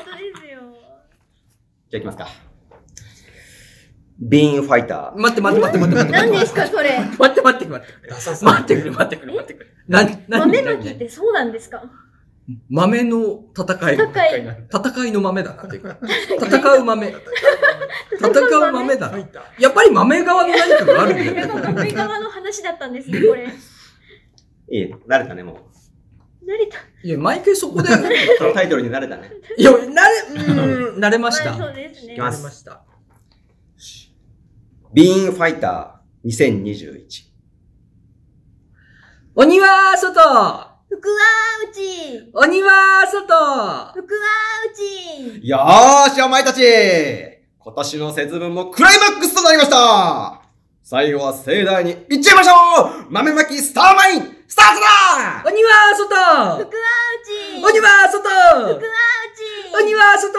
S1: 当ですよ
S5: 行きますか。ビーンファイター。
S2: 待って待って待って待って待
S1: 何
S2: って
S1: ですかそれ
S2: 待って待って待って
S4: ダサさ。
S2: 待ってくれ待ってくれ待ってくれ何何
S1: 豆まきってそうなんですか
S2: 豆の戦い
S1: 高い
S2: 戦いの豆 だなっていうか戦う豆戦う豆だ
S4: 入
S2: な
S4: った。
S2: やっぱり豆側の何かがあるんだよ
S1: 豆側の話だったんですねこれ
S5: いいね、慣れたね、もう。
S1: 成田
S2: いや毎回そこでい
S5: そのタイトルに慣れ たね。
S2: や慣れうーん慣れました
S1: そ
S2: 慣
S1: うですね
S5: きます
S2: れました
S5: ビーンファイター2021。
S2: 鬼は外
S1: 福は内
S2: 鬼は外
S1: 福は内
S5: よーし、お前たち今年の節分もクライマックスとなりました最後は盛大にいっちゃいましょう豆まきスターマインスタートだ
S2: 鬼は外
S1: 福は内
S2: 鬼は外
S1: 福は内
S2: 鬼は外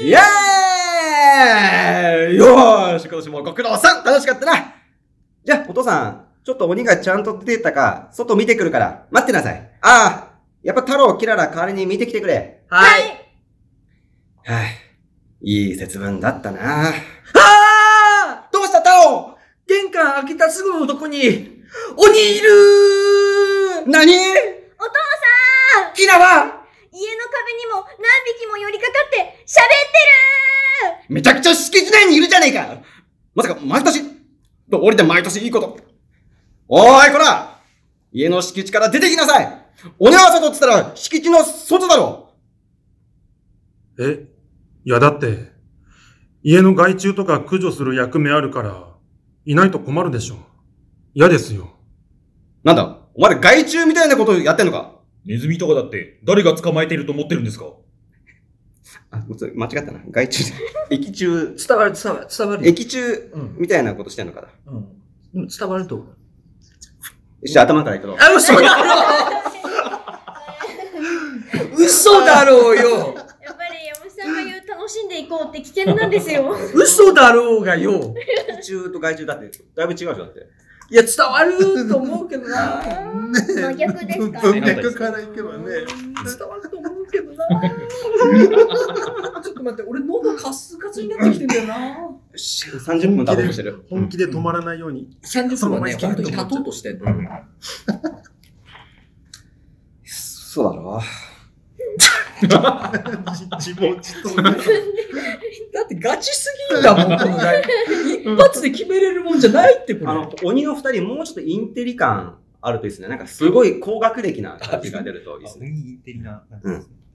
S5: イエーイよーし今年もご苦労さん楽しかったなじゃあ、お父さん、ちょっと鬼がちゃんと出てったか、外見てくるから、待ってなさい。ああ、やっぱ太郎、キララ代わりに見てきてくれ。
S2: はい
S5: はい、いい節分だったな
S2: あー
S5: どうした太郎
S2: 玄関開けたすぐのとこに、鬼いる
S5: 何
S1: お父さん
S5: キララ
S1: 家の壁にも何匹も寄りかかって喋ってる
S5: めちゃくちゃ敷地内にいるじゃねえかまさか、毎年、と降りて毎年いいこと。おーい、こら家の敷地から出てきなさい鬼は外っつったら敷地の外だろ
S6: えいやだって、家の害虫とか駆除する役目あるから、いないと困るでしょ。嫌ですよ。
S5: なんだ、お前ら害虫みたいなことやってんのか
S3: ネズミとかだって、誰が捕まえていると思ってるんですか
S5: あ、ごめん間違ったな。害虫。液中、
S2: 伝わる、伝わる、伝わる。
S5: 液中
S2: うん。
S5: みたいなことしてんのかな。
S2: うん。でも伝わると思う。
S5: 一緒頭からいくぞ。
S2: あ、嘘だろ う嘘だろうよ
S1: やっぱり山本さんが言う楽しんでいこうって危険なんですよ
S2: 嘘だろうがよ
S5: 液中と害虫だって、だいぶ違うじゃんだって。
S2: いや、伝わると思うけどな伝
S1: 真逆ですか
S4: 文脈からいけばね。
S2: わると思うけどなちょっと待って、俺喉カスカスになってきてんだよな
S5: よし、30分経とうとしてる。
S6: 本気で止まらないように。
S2: 30分はね、本当に立とうとしてんの。
S5: そうだろ
S4: 自問自答。
S2: だってガチすぎんだもん、このライブ。一発で決めれるもんじゃないって、こ
S5: あ
S2: れ。
S5: の、鬼の二人、もうちょっとインテリ感あるといいですね。なんかすごい高学歴な感じが出るといいですね。
S3: インテリな。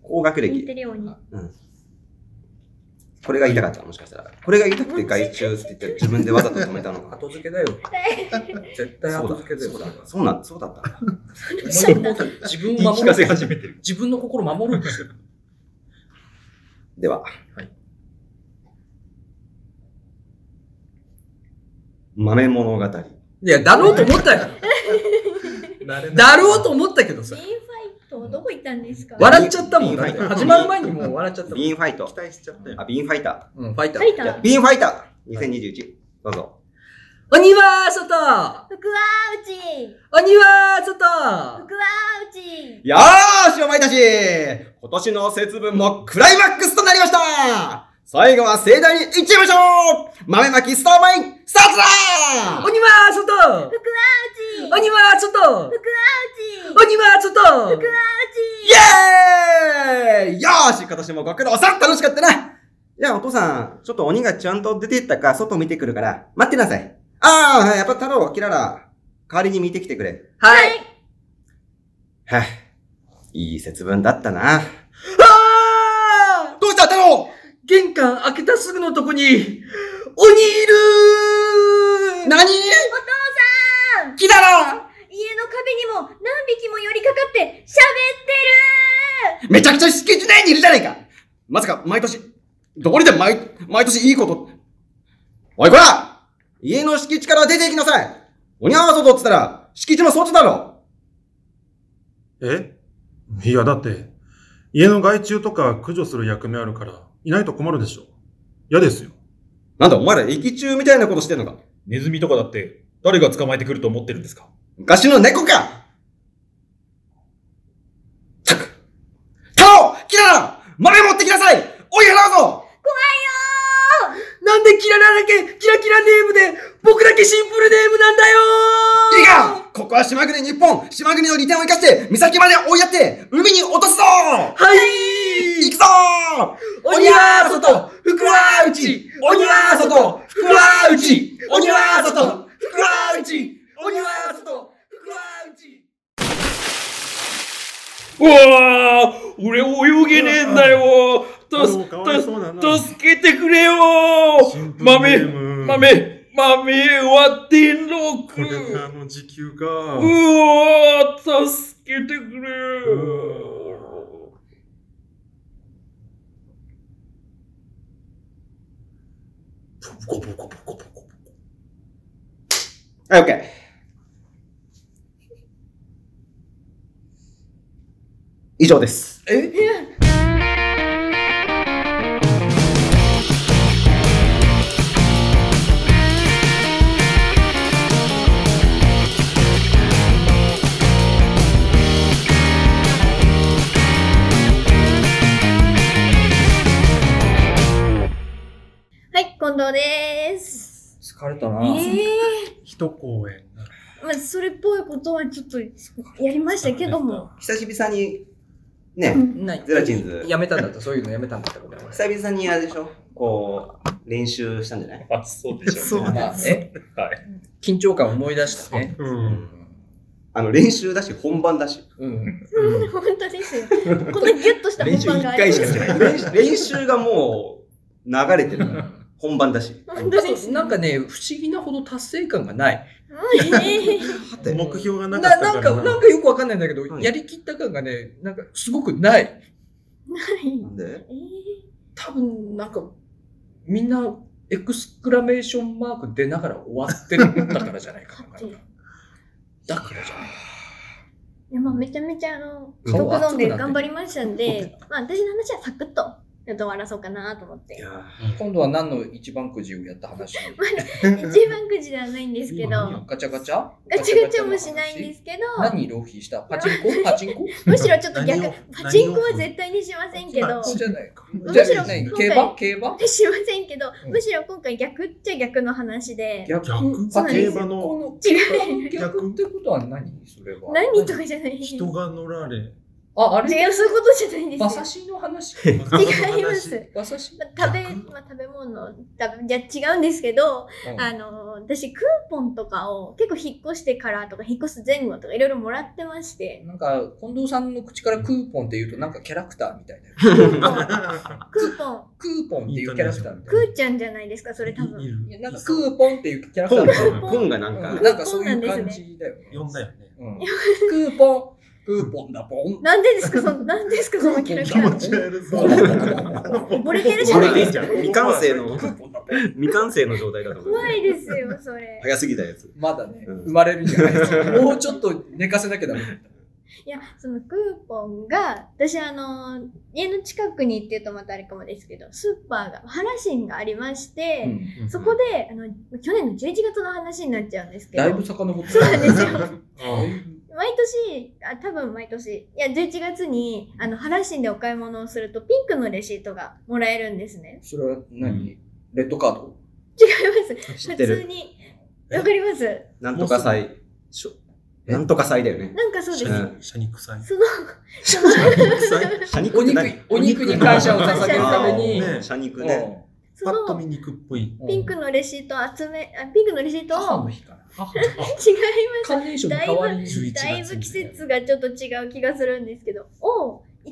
S5: 高学
S1: インテ
S5: 歴。
S1: リオに
S5: これが言いたかった、もしかしたら。これが言いたくて外注って言って自分でわざと止めたのか。
S2: 後付けだよ。絶対
S5: そう
S2: 後
S5: だ
S2: 付けだよ。
S5: そうなんそうだったんだ。
S1: そうだ
S2: 自分を
S3: 言い聞
S2: 守
S3: かせ
S2: る。
S3: 始めてる。
S2: 自分の心を守るんですよ。
S5: では。豆物語。
S2: いや、だろうと思ったよ。だろうと思ったけど
S1: ビー
S2: さ
S1: ン。ファイトどこ行ったんですか
S2: 笑っちゃったもん。
S5: ビーンファイター
S2: 始まる前にもう笑っちゃったもん。
S5: ビーンファイト
S4: 期。待しちゃったよ。
S5: あ、ビーンファイタ
S2: うん、ファイタ
S1: 書い
S2: ー。
S5: ー。
S1: た
S5: じゃあビーンファイター !2021。どうぞ。
S2: 鬼は外
S1: 福は内
S2: 鬼は外
S1: 福は内
S5: よーし、お前たち今年の節分もクライマックスとなりました最後は盛大にいっちゃいましょう豆まきスターマイン、スタートだ
S2: 鬼は外
S1: 福は内
S2: 鬼は外
S1: 福は内
S2: 鬼は外
S1: 福は
S5: イエーイよーし今年もご苦労さん楽しかったなじゃあお父さん、ちょっと鬼がちゃんと出てったか、外見てくるから、待ってなさい。ああ、はいやっぱ太郎、キララ、代わりに見てきてくれ。
S2: はい
S1: 内
S5: はぁ、いい節分だったな。どうした太郎
S2: 玄関開けたすぐのとこに鬼いる
S5: 何
S1: お父さん
S5: キララ
S1: 家の壁にも何匹も寄りかかって喋ってる
S5: めちゃくちゃ敷地内にいるじゃねえかまさか、毎年、どこにでも毎、毎年いいこと。おいこら家の敷地から出て行きなさい鬼は外っつったら、敷地の外だろ
S6: えいや、だって、家の害虫とか駆除する役目あるから、いないと困るでしょ。嫌ですよ。
S5: なんだお前ら、駅中みたいなことしてんのか
S7: ネズミとかだって、誰が捕まえてくると思ってるんですか
S5: 昔の猫かったく太郎キララ豆持ってきなさい追い払うぞ
S2: なんでキララだけキラキラネームで僕だけシンプルネームなんだよ
S5: いいかここは島国日本島国の利点を生かして岬まで追いやって海に落とすぞ
S2: はい
S5: 行くぞ
S2: 鬼は外福は内鬼は外福は内鬼は外福は内鬼は外福は内
S7: うわあ俺泳げねえんだよたす、
S6: かわいそうだな
S7: た、助けてくれよ豆、
S6: 豆、
S7: 豆、豆は天禄
S6: これがあの時給か。
S7: うわー助けてくれ
S6: ポコポコポコポコ。
S5: はい、オッケー。以上です。
S1: はい、近藤です。
S2: 疲れたな
S1: ええ
S4: 一公演が
S1: まあ、それっぽいことはちょっとやりましたけども。
S5: 久しぶりに、ね、
S2: ない
S5: ゼラチンズ
S2: やめたんだったそういうのやめたんだった俺
S5: 久々にあれでしょこう、練習したんじゃない
S7: あ、そうでしょう、ね。
S2: まあね
S7: はい。
S2: 緊張感を思い出したね
S4: うん
S5: あの、練習だし、本番だし。
S2: うん
S1: 本当ですよ。このギュッとした本
S5: 練習
S1: 番
S5: 一
S1: があ
S5: 回
S1: り
S5: し
S1: ます
S5: かしてない。練習練習がもう、流れてるから。本番だし。
S1: 本当です
S2: なんかね不思議なほど達成感がない
S1: うんええ
S6: 目標が
S2: な
S6: なかっ
S2: な
S6: た
S2: ん
S6: か
S2: からなんかよくわかんないんだけど、
S5: はい
S2: やりきった感がねなんかすごくない
S1: はい
S5: なんで
S1: ええ
S2: 多分なんかみんなエクスクラメーションマーク出ながら終わってるんだからじゃないか ななんかだからじゃない
S1: いや、まあ、めちゃめちゃあの、
S2: 顔
S1: 毒
S2: 熱くなっ
S1: 飲ん
S2: てる
S1: で頑張りましたんで、まあ、私の話はサクッと、ちょっと終わらそうかなと思って。
S2: 今度は何の一番くじをやった話
S1: 一番くじではないん ですけど、ガ
S2: ガチャガチャ
S1: チャガチャもしないんですけど、
S2: 何浪費したパチン コパチンコ
S1: むしろちょっと逆
S3: 何を、
S1: パチンコは絶対にしませんけど、
S2: じゃないか。
S1: む
S2: じゃ
S1: しろ
S2: あ何
S1: 今
S2: 競
S1: 回
S2: 馬競馬
S1: しませんけど、
S2: うん
S1: むしろ今回逆っちゃ逆の話で、
S2: 逆
S4: 逆
S1: そうなんですよ
S6: 競馬の
S2: こ
S1: 違
S2: の逆ってことは何それは。
S1: 何とかじゃない。
S4: 人が乗られ
S2: あ、あれ
S1: 違う、そういうことじゃないん
S2: 馬
S1: ですよ
S2: 刺。しの話
S1: 違います。
S2: 馬刺し
S1: まあ食べ、まあ、食べ物、食べ、じゃ違うんですけど、 あの、私クーポンとかを結構引っ越してからとか、引っ越す前後とかいろいろもらってまして、
S2: なんか、近藤さんの口からクーポンって言うとなんかキャラクターみたいな。
S1: クーポン、クーポン、
S2: クーポンっていうキャラクターみたいな
S1: クーちゃんじゃないですか、それ多
S4: いい
S1: 分。
S4: る
S2: いや。なんかクーポンっていうキャラクターみたいな。
S5: ポンがなん
S2: う
S5: か
S2: ん、なんかそういう感じだよね。
S4: 呼んだよね
S2: うんクーポン、クーポンだ ポン。
S1: なんでですか、その、なんでですか、そのキャラクター。ボレてるじゃ
S5: こ
S1: な
S5: れ
S1: いで
S5: でいい
S1: す
S5: じゃ
S1: か
S5: ん。。未完成の、未完成の状態だと思う。
S1: 怖いですよ、それ。
S5: 早すぎたやつ。
S2: まだね、
S5: うん
S2: 生まれるんじゃないですか。もうちょっと寝かせなきゃダメ。
S1: いや、そのクーポンが、私あの、家の近くにっていうとまたあれかもですけど、スーパーが、ハラシンがありまして、そこで、あの、去年の11月の話になっちゃうんですけど、
S2: だいぶ遡って
S1: そうなんですよ。毎年、あ、多分毎年、いや、11月に、あの、原市でお買い物をすると、ピンクのレシートがもらえるんですね。
S2: それは何レッドカード
S1: 違います。
S5: 知
S1: 普
S5: って
S1: 通
S5: る。
S1: に。わかります
S5: なんとか祭。しょなんとか祭だよね。
S1: なんかそうです。
S5: うん
S4: シャニクサイ。
S1: その、その、
S5: シャニ
S2: お
S5: って
S2: 肉
S5: 何、
S2: お肉に感謝を捧げるために。
S5: シャニクね。
S1: そ
S4: パッと
S1: の
S4: 見肉っぽい。
S1: ピンクのレシートを集め、あピンクのレシート
S2: 母
S1: を、
S2: の日かな。
S1: 違います。
S2: カーネーションの代わりに。
S4: 11
S1: だいぶ季
S4: 月に。
S1: 節がちょっと違う気がするんですけど、を1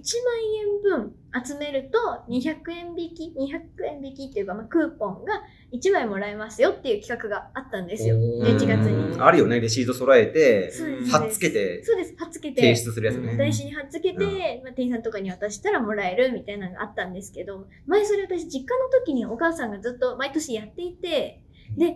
S1: 万円分集めると200円引き、200円引きっていうか、まあ、クーポンが1枚もらえますよっていう企画があったんですよ。
S2: お
S1: 11月に。
S5: あるよね、レシート揃えて、
S1: そうです。
S5: 貼っつけて、
S1: そうです。貼っつけて。
S5: 提出するやつね。
S1: 台紙に貼っつけて、まあ、店員さんとかに渡したらもらえるみたいなのがあったんですけど、前それ私実家の時にお母さんがずっと毎年やっていて、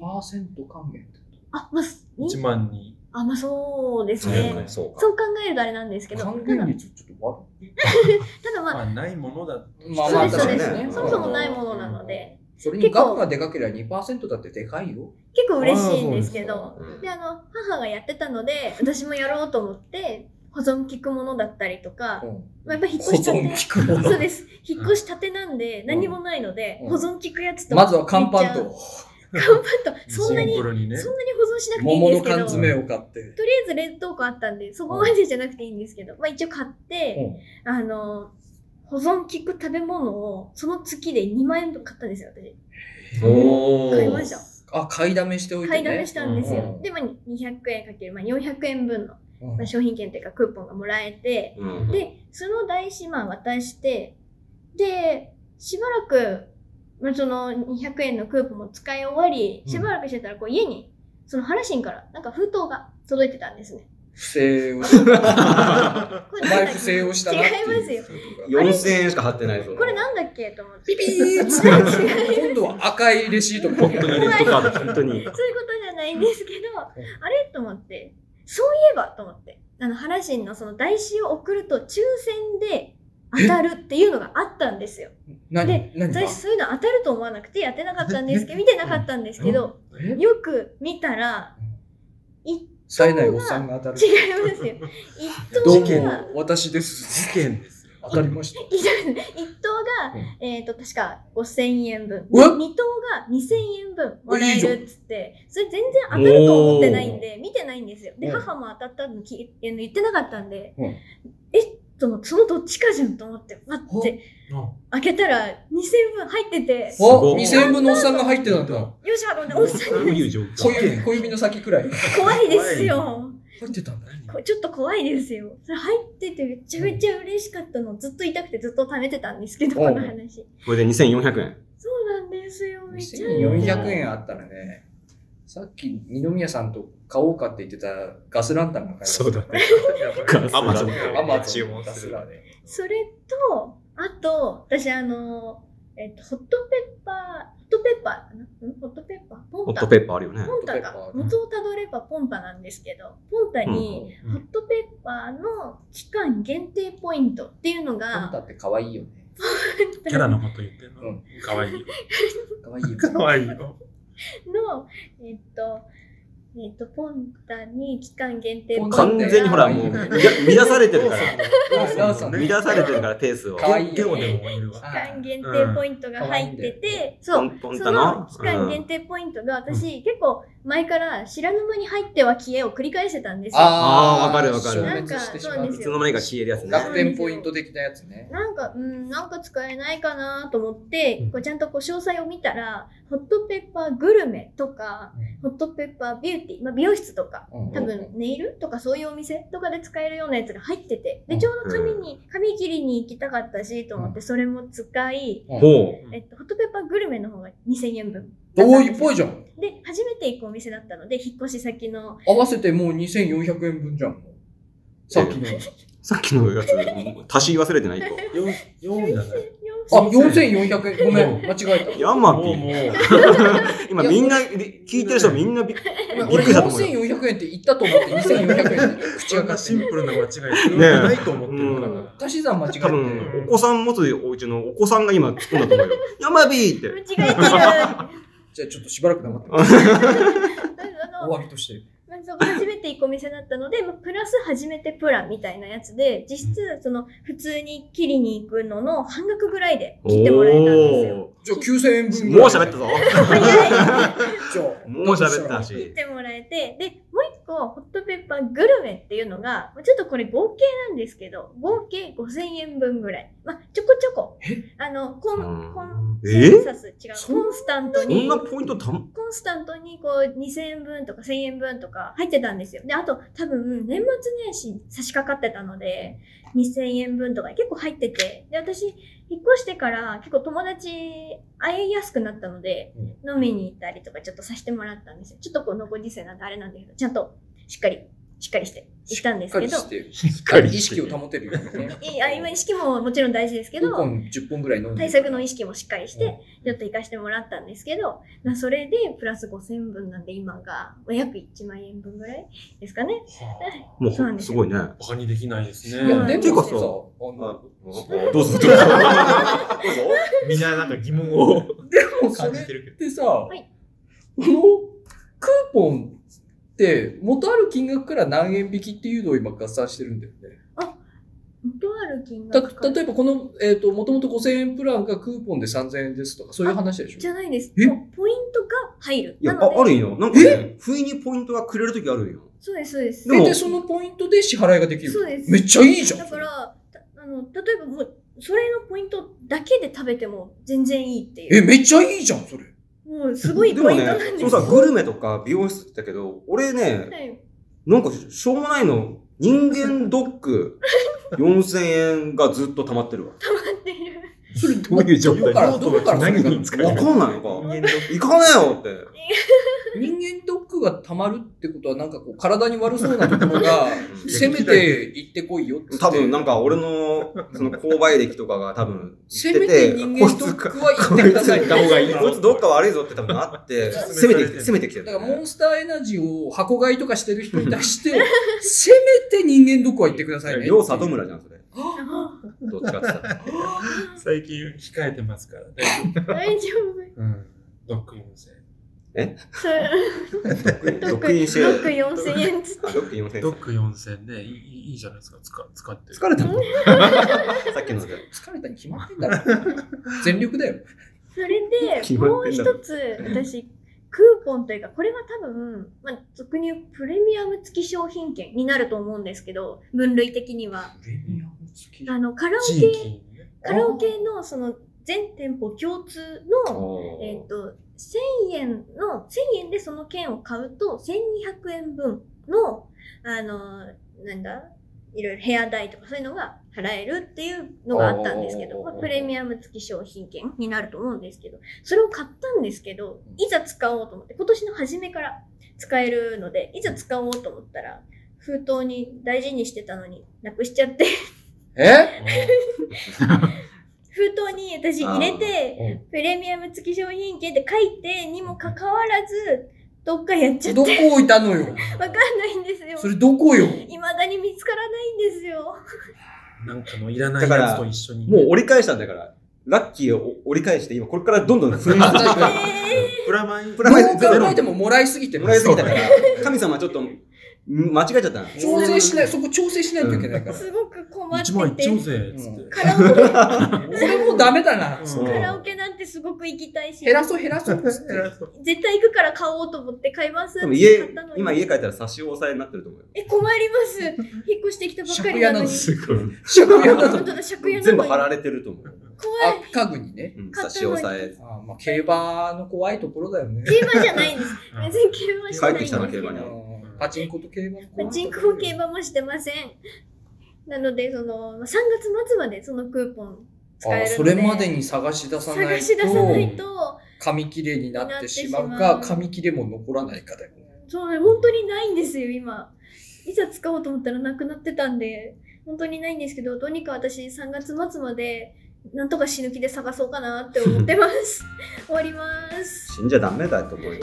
S2: パーセント還元って
S1: あ、まあ、す
S4: 1万に。
S1: あ、まあそうです
S5: そうか
S1: ね。
S5: そう
S1: そ
S5: か。
S1: う考えるとあれなんですけど、ただ
S2: 還、元率ちょっと悪
S1: ただまあ、
S4: まあ、ないものだ。
S2: い。まあ
S1: そうです
S5: そうです
S2: 確かに
S1: そもそもないものなので、
S2: それに額がでかければ2%だってでかいよ。
S1: 結構嬉しいんですけ
S4: あー
S1: ど、
S5: うん
S1: で、あの、母がやってたので、私もやろうと思って、保存効くものだったりとか、まあ、やっぱ引っ越したて、
S2: くも
S1: そうです。引っ越したてなんで、何もないので、
S2: うん
S1: 保存効くやつと。
S2: まずは乾パン
S1: めっ
S2: と
S1: ちゃ。乾パンと、そんなに、
S4: シンプルにね。
S1: そんなに保存しなくていい
S2: 桃
S1: んで
S2: の
S1: すけ
S2: 缶
S1: ど、とり
S2: 詰を買っ
S1: あ
S2: て。
S1: えず冷凍庫あったんで、そこまでじゃなくていいんですけど、まあ一応買って、あの、保存効く食べ物を、その月で2万円分買ったんですよ、私。
S5: お
S1: 買いました。
S2: あ、買いだめしておいてね。
S1: 買いだめしたんですよ。
S2: うん
S1: で、まあ、200円かける、まあ、400円分の、
S2: うん
S1: まあ、商品券というかクーポンがもらえて、
S5: うん、
S1: で、その台紙、まあ、渡して、で、しばらく、まあ、その200円のクーポンも使い終わり、しばらくしてたら、こう、家に、その原信から、なんか封筒が届いてたんですね。
S2: 不正を した。
S1: こ
S2: お
S1: れなん
S2: 前
S1: だっけ
S2: 不正をした
S1: 違い
S2: なってう
S1: ますよ。
S5: 4000円しか貼ってないぞ。
S1: これなんだっけと思って。
S2: ピピーっつって、今度は赤いレシートが
S3: 本当にレッドカード、本当に。
S1: そういうことじゃないんですけど、あれと思って、そういえばと思って、あの、原神のその台紙を送ると抽選で当たるっていうのがあったんですよ。
S2: 何
S1: で
S2: 何が
S1: 私そういうの当たると思わなくてやってなかったんですけど、見てなかったんですけど、
S2: え
S1: よく見たら、
S2: 冴えないおっさんが当たる
S1: 違。いますよ。一
S2: どう
S1: 等が、
S2: も、私です。
S4: 事件ですよ。
S2: 当たりました。
S1: 一等が、
S2: うん
S1: えっ、と、確か5000円分。
S2: うわ
S1: 二等が2000円分もら
S2: いい
S1: え
S2: じゃん
S1: るっつって、それ全然当たると思ってないんで、見てないんですよ。で、
S2: うん
S1: 母も当たったのきあの言ってなかったんで、
S2: うん
S1: えっと思って、そのどっちかじゃんと思って、待って、開けたら2000分入ってて、よ
S2: お、2000円分のおっさんが入ってたんだ。
S1: っしゃと思って、おっさん
S3: どう
S1: に
S3: いう状況
S2: 小指小指の先くらい。入
S1: 怖いですよ。
S2: ってたんだ。
S1: こちょっと怖いですよ。それ入っててめちゃめちゃ嬉しかったの、ずっと痛くてずっと貯めてたんですけど、
S2: う
S1: こ
S2: ん
S1: の話。
S5: これで2400円。
S1: そうなんですよ、めちゃめちゃ。
S2: 2400円あったらね、さっき二宮さんと買おうかって言ってたガスランタンが買えます
S3: そうだね。
S5: アマゾン
S2: アマゾ
S4: 注
S2: ンの
S4: 文
S2: ガ
S4: す
S2: ス
S4: る
S2: ラ
S4: わ
S2: ンタン。
S1: それと、あと、私、あの、えっと、ホットペッパー、ホットペッパーかなんホットペッパーポ
S5: ホ
S1: ン
S5: ッ
S1: タ
S5: トペッパーあるよね。
S1: ポンタか
S2: ホットペッパ。ー
S1: 元をたどればポンタなんですけど、ポンタに、
S4: うん
S1: ホットペッパーの期間限定ポイントっていうの
S2: あん
S1: が、
S2: たって可愛いよね。
S4: キャラのこと言ってんの、
S2: うん
S4: かわいいよ。
S2: 可愛いよ。
S4: かわいいよ。
S1: の、えっと、えっと、ポンタに期間限定ポイントが。
S5: 完全にほら、もう、み乱されてるから。
S2: ランさんね
S5: 乱されてるから、ペースを。
S2: かわいい
S4: ゲ
S2: よ
S4: オ
S2: ね。
S4: でもいるわ。
S1: 期間限定ポイントが入ってて、そ
S5: ポ
S1: う。
S5: ンポン
S1: そ
S5: だ
S1: の
S5: な。
S1: 期間限定ポイントが私、結構前から知らぬ間に入っては消えを繰り返してたんですよ。
S5: あーわかるわかる
S2: 消滅してしま
S1: なん
S2: う
S1: か
S5: いつの間にか消えるやつね。
S2: 楽天ポイント的なやつね。
S1: なんか、うん、なんか使えないかなと思って、
S4: うん
S1: こうちゃんとこう詳細を見たら、ホットペッパーグルメとか、ホットペッパービューティー、まあ、美容室とか、
S2: 多
S1: 多分ネイルとかそういうお店とかで使えるようなやつが入ってて、で、ちょうど髪に、髪切りに行きたかったし、と思ってそれも使い、
S5: ほ
S1: えっと、ホットペッパーグルメの方が2000円分。
S2: おー、いっぱいじゃん。
S1: で、初めて行くお店だったので、引っ越し先の、
S2: 合わせてもう2400円分じゃん。さっきの。
S5: う。さっきのやつ、足し忘れてないと。
S4: よ4じゃない。
S2: あ、4400円。ごめん、間違え
S5: ヤンマー
S4: もう
S5: ピ
S4: もう、
S5: ー。今みんな、聞いてる人みんなびっく
S2: た。ごめん
S5: びっ
S2: 俺
S5: くりしたと思うよ
S2: 4400円って言ったと思って2400円で口
S4: そ
S2: が
S4: んな
S2: 勝
S4: シン
S2: 手に。
S4: プルな間違いするわけないと思ってるから。
S5: うん
S2: 足し算間違えて
S5: 多分、お子さん持つおうちのお子さんが今突っ込んだと思うよ。ヤンマーピーって。
S1: 間違えてるあ
S2: じゃあちょっとしばらく黙って。
S1: の
S2: お詫びとして。
S1: まずそう初めて行くお店だったので、まあ、プラス初めてプランみたいなやつで、実質、その、普通に切りに行くのの半額ぐらいで切ってもらえたんですよ。
S2: じゃあ9000円分ぐ
S8: もう
S2: らい。
S8: 喋ったぞ。
S2: じゃあ
S8: もう喋った
S1: 切っ
S8: し。
S1: てもらえて、で、もう一個、ホットペッパーグルメっていうのが、まあちょっとこれ合計なんですけど、合計5000円分ぐらい。まあ、ちょこちょこ。あの、コン、コン、
S8: え
S1: コンサス違う、
S8: そん
S1: コンスタント
S8: そん
S1: に
S8: な。ポイントたん、
S1: コンスタントにこう2000円分とか1000円分とか入ってたんですよ。で、あと多分年末年始差し掛かってたので、2000円分とか結構入ってて、で、私、引っ越してから結構友達会いやすくなったので、飲みに行ったりとかちょっとさせてもらったんですよ。ちょっとこう残り生なんであれなんだけど、ちゃんとしっかり、しっかりして行ったんで
S2: しっ
S1: す
S2: か
S1: け
S2: り
S1: ど、
S2: して、
S8: しっかり
S2: 意識を保てるようにね。
S1: いや、今意識ももちろん大事ですけど、
S2: 5本、10本ぐらい飲んで。
S1: 対策の意識もしっかりし
S2: う
S1: て、ちょっと行かしてもらったんですけど、まあそれでプラス5000分なんで今がまあ約1万円分ぐらいですかね。
S8: も
S1: そうなん
S8: う、
S1: ですすよ
S8: ごいね。
S4: バカにできないです
S2: いや
S4: ね。
S2: で
S8: て
S2: も
S8: か
S2: さ、
S8: さ
S2: あの
S8: どうぞ、どうぞ。どうぞ。みんななんか疑問を
S2: でもそ
S8: 感
S2: れ
S8: じ
S2: って
S8: るけど。
S2: てさ、
S1: い
S2: このクーポンって元ある金額から何円引きっていうのを今合算してるんだよね。
S1: 元ある金
S2: た
S1: 額から
S2: 例えばこの、えっともともと5000円プランがクーポンで3000円ですとかそういう話でし
S1: じ
S2: ょ
S1: ゃないです。
S2: え
S1: もうポイントが入る。
S8: いや、
S1: なので
S8: ああるんよ。なんかね、不意にポイントがくれるときあるんよ。
S1: そうです、そうです。
S8: で
S2: え
S8: も
S2: でそのポイントで支払いができ
S1: そう
S2: る
S1: です。
S2: めっちゃいいじゃん
S1: だから、たあの例えばもう、それのポイントだけで食べても全然いいってい
S2: え
S1: う。
S2: めっちゃいいじゃんそれ
S1: もうすごい
S8: で
S1: ポ
S8: も
S1: イント
S8: ね
S1: なんです、
S8: その さ、グルメとか美容室だけど、俺
S1: は
S8: ね、
S1: い
S8: なんかしょうもないの、人間ドック4000円がずっと溜まってるわ。
S1: っていう
S8: それど
S2: ういう
S8: 状
S2: どこからどこからそれが
S4: 何に使え
S8: わ
S4: る
S8: かんないのか。行かねえよって。
S2: 人間ドックがたまるってことはなんかこう体に悪そうなところがせめて行ってこいよっつって
S8: 多分なんか俺のその購買歴とかが多分言
S2: せめて人間
S8: こい
S2: ド
S8: つ
S2: ッ
S8: か
S2: クは行
S8: こ
S2: っ
S8: いつ
S2: てください
S8: 行った方がいい。
S4: な
S8: こいつどっか悪いぞって多分あって、攻めてきて、攻めてきてる。
S2: だからモンスターエナジーを箱買いとかしてる人に 対して、せめて人間ドックは行ってくださいね。
S8: 両里村じゃん、それ。
S1: あ
S8: どっちかって言ったら。
S4: 最近控えてますからね。
S1: 大丈夫。
S4: うん。ドッグ4世。
S1: そう
S8: 独院して
S1: ド
S8: る
S1: ッ。ク4000円つって
S8: あ、ドック4000
S4: ドッグ4世ね、いいいいじゃないですか。使使ってる。
S8: 疲れたのさっきので。
S2: 疲れたに決まってんだろ。 全力だよ。
S1: それ
S8: 決
S1: で、
S8: ま
S1: も
S8: っ
S1: う
S8: てん
S1: 一
S8: だろ
S1: つ、私、クーポンというか、これは多分、まあ、俗に言うプレミアム付き商品券になると思うんですけど、分類的には。
S4: プレミアム付き
S1: あの、カラオ
S4: 地
S1: ケ、
S4: 域にね。
S1: カラオケのその全店舗共通の、えっ、と、1000円の、1000円でその券を買うと、1200円分の、あの、なんだいろいろ部屋代とかそういうのが払えるっていうのがあったんですけど、まあプレミアム付き商品券になると思うんですけど、それを買ったんですけど、いざ使おうと思って、今年の初めから使えるので、いざ使おうと思ったら、封筒に大事にしてたのになくしちゃって、
S2: え
S1: 封筒に私入れて、プレミアム付き商品券って書いてにもかかわらず、どっかやっちゃって、
S2: ど
S1: わ
S2: こ置いたのよ。
S1: かんないんですよ
S2: そ。れどこよ。
S1: 未だに見つからないんですよ。
S4: なんかのいらないやつと一緒に。
S8: もう折り返したんだから。ラッキーを折り返して、今これからどんどん増えていく
S2: 確かに
S1: え
S4: プラマイ。
S8: プ
S2: ど
S8: ラ
S2: う
S8: マイゼロ
S2: 考えてももらいすぎてる
S8: もらいすぎたから、神様ちょっと間違えちゃったな。
S2: 調整しない、そこ調整しないといけないか
S1: ー、
S2: ら。
S1: すごく困っ
S4: 一万
S1: て
S4: 一
S1: て
S4: 応。ぜっつって。
S1: カラオケ
S2: これもうダメだな。
S4: うん
S1: カラオケなんてすごく行きたいし、
S2: 減らそう減らそうっ つって。
S1: 絶対行くから買おうと思って買います
S8: で
S1: って
S8: も家
S1: 買ったの、に
S8: 今家帰ったら差し押さえになってると思うよ。
S1: え、困ります。引っ越してきたばっかりなのに。
S2: 借
S8: ごい。
S2: 借家なの
S1: 本当だ借家なの
S8: 全
S1: に
S8: 部貼られてると思う。
S1: 怖い
S2: あ、家具にね。
S8: うん
S1: 買
S8: 差
S1: っ
S8: した
S1: のに
S8: 押さえ。
S2: あまあ、競馬の怖いところだよね。
S1: 競馬じゃないんです
S4: うん
S1: 別に競馬してないん
S8: 帰って
S1: で
S8: き
S1: す
S8: たの
S1: け
S8: 競馬
S1: ど
S8: に
S2: うんパチンコと競馬の怖い
S1: パチンコも競馬もしてません。なので、その、3月末までそのクーポン使え
S2: あ
S1: るので。
S2: それまでに探し出さない
S1: 探し出さないと、
S2: 紙切れになってしまう
S1: なっ
S2: か、
S1: てしまう
S2: 紙切れも残らないかだよね。
S1: そうね、本当にないんですよ、今。いざ使おうと思ったらなくなってたんで、本当にないんですけど、どうにか私3月末まで、なんとか死ぬ気で探そうかなって思って ます。終わります。
S8: 死んじゃダメだと思うよ。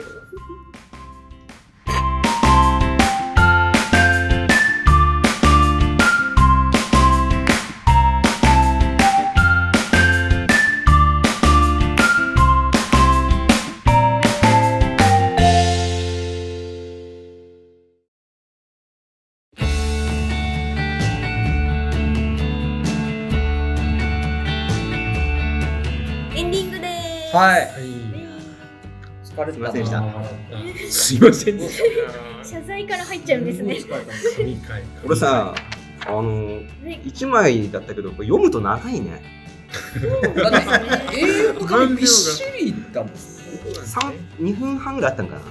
S2: はい。疲れ
S5: す
S2: て
S5: いませんでした。
S4: た。
S5: すいませんでし
S1: 謝罪から入っちゃうんですね。
S4: 神回
S5: た。俺さ、あの1枚だったけど、これ読むと長いね。
S2: だって、栄養とかもびっしりだもん。
S5: 三2分半ぐらいあったんかな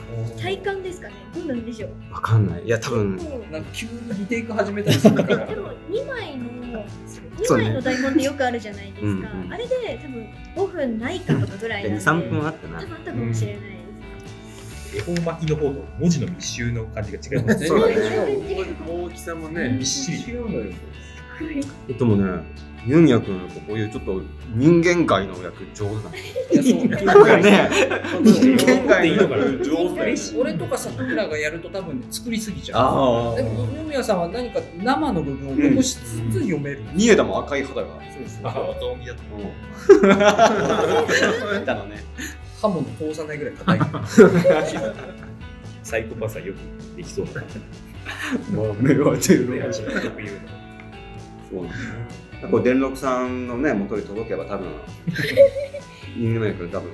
S1: 体感ですかね。どうなんでしょう。
S5: わかんない。いや、多分、
S2: なんか急にリテイク始めたりする から
S1: で。も2枚の2
S5: そうね
S1: 枚の台本ってよくあるじゃないですか。
S5: うんうん
S1: あれで多分5分ないかとかぐらい
S5: 2、
S1: なんで。
S5: 3分あったな
S1: 多。分あったかもしれないです。
S9: 絵本巻きの方と文字の密集の感じが違いますね。
S2: そうだね
S4: 大きさもね
S9: びっしり。
S5: えっともね、ユミヤ君、こういうちょっと人間界の役上手なん
S2: いやそうね
S5: だよね。人間
S9: ってい
S5: 界
S9: いの
S5: の
S9: かな
S5: 役上手
S2: 俺とかさ、僕らがやると多分ね、作りすぎちゃう。
S5: ああ
S2: で。も、二宮さんは何か生の部分を残しつつ読める。
S5: 見えたもん赤い肌が。
S2: そうそう。
S9: あ、赤鬼だっ
S5: 見たのね。
S2: 刃物通さないぐらい硬い。
S9: た。サイコパスはよくできそうな。
S5: まあ、目が出
S9: ねよく言うの。
S5: そうなんだ。こう電力さんのね、元に届けば 多分、インドメイク多分、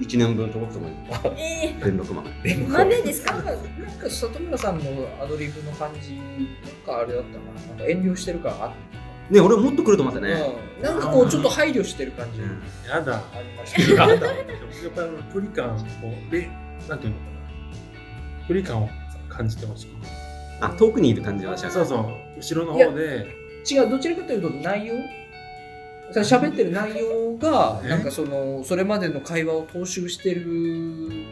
S5: 1年分届くと思うよ。
S1: ええ
S5: 電力マン。
S1: ー、豆です
S2: なん
S1: か
S2: か、なんか里村さんのアドリブの感じ、なんかあれだったな。なんか遠慮してる感あっ
S5: ね、俺もっと来ると思った
S2: た
S5: ね。
S2: うんなんかこう、ちょっと配慮してる感じ。
S5: うん
S4: やだ。
S2: ありまし
S4: や
S2: た
S4: っ
S2: ね。
S4: ぱり距離感を、で、なんていうのかな。距離感を感じてほしくて。
S5: あ、遠くにいる感じはしな
S4: そうそう。後ろの方で、
S2: 違う、どちらかというと内容その喋ってる内容が、なんかその、それまでの会話を踏襲してる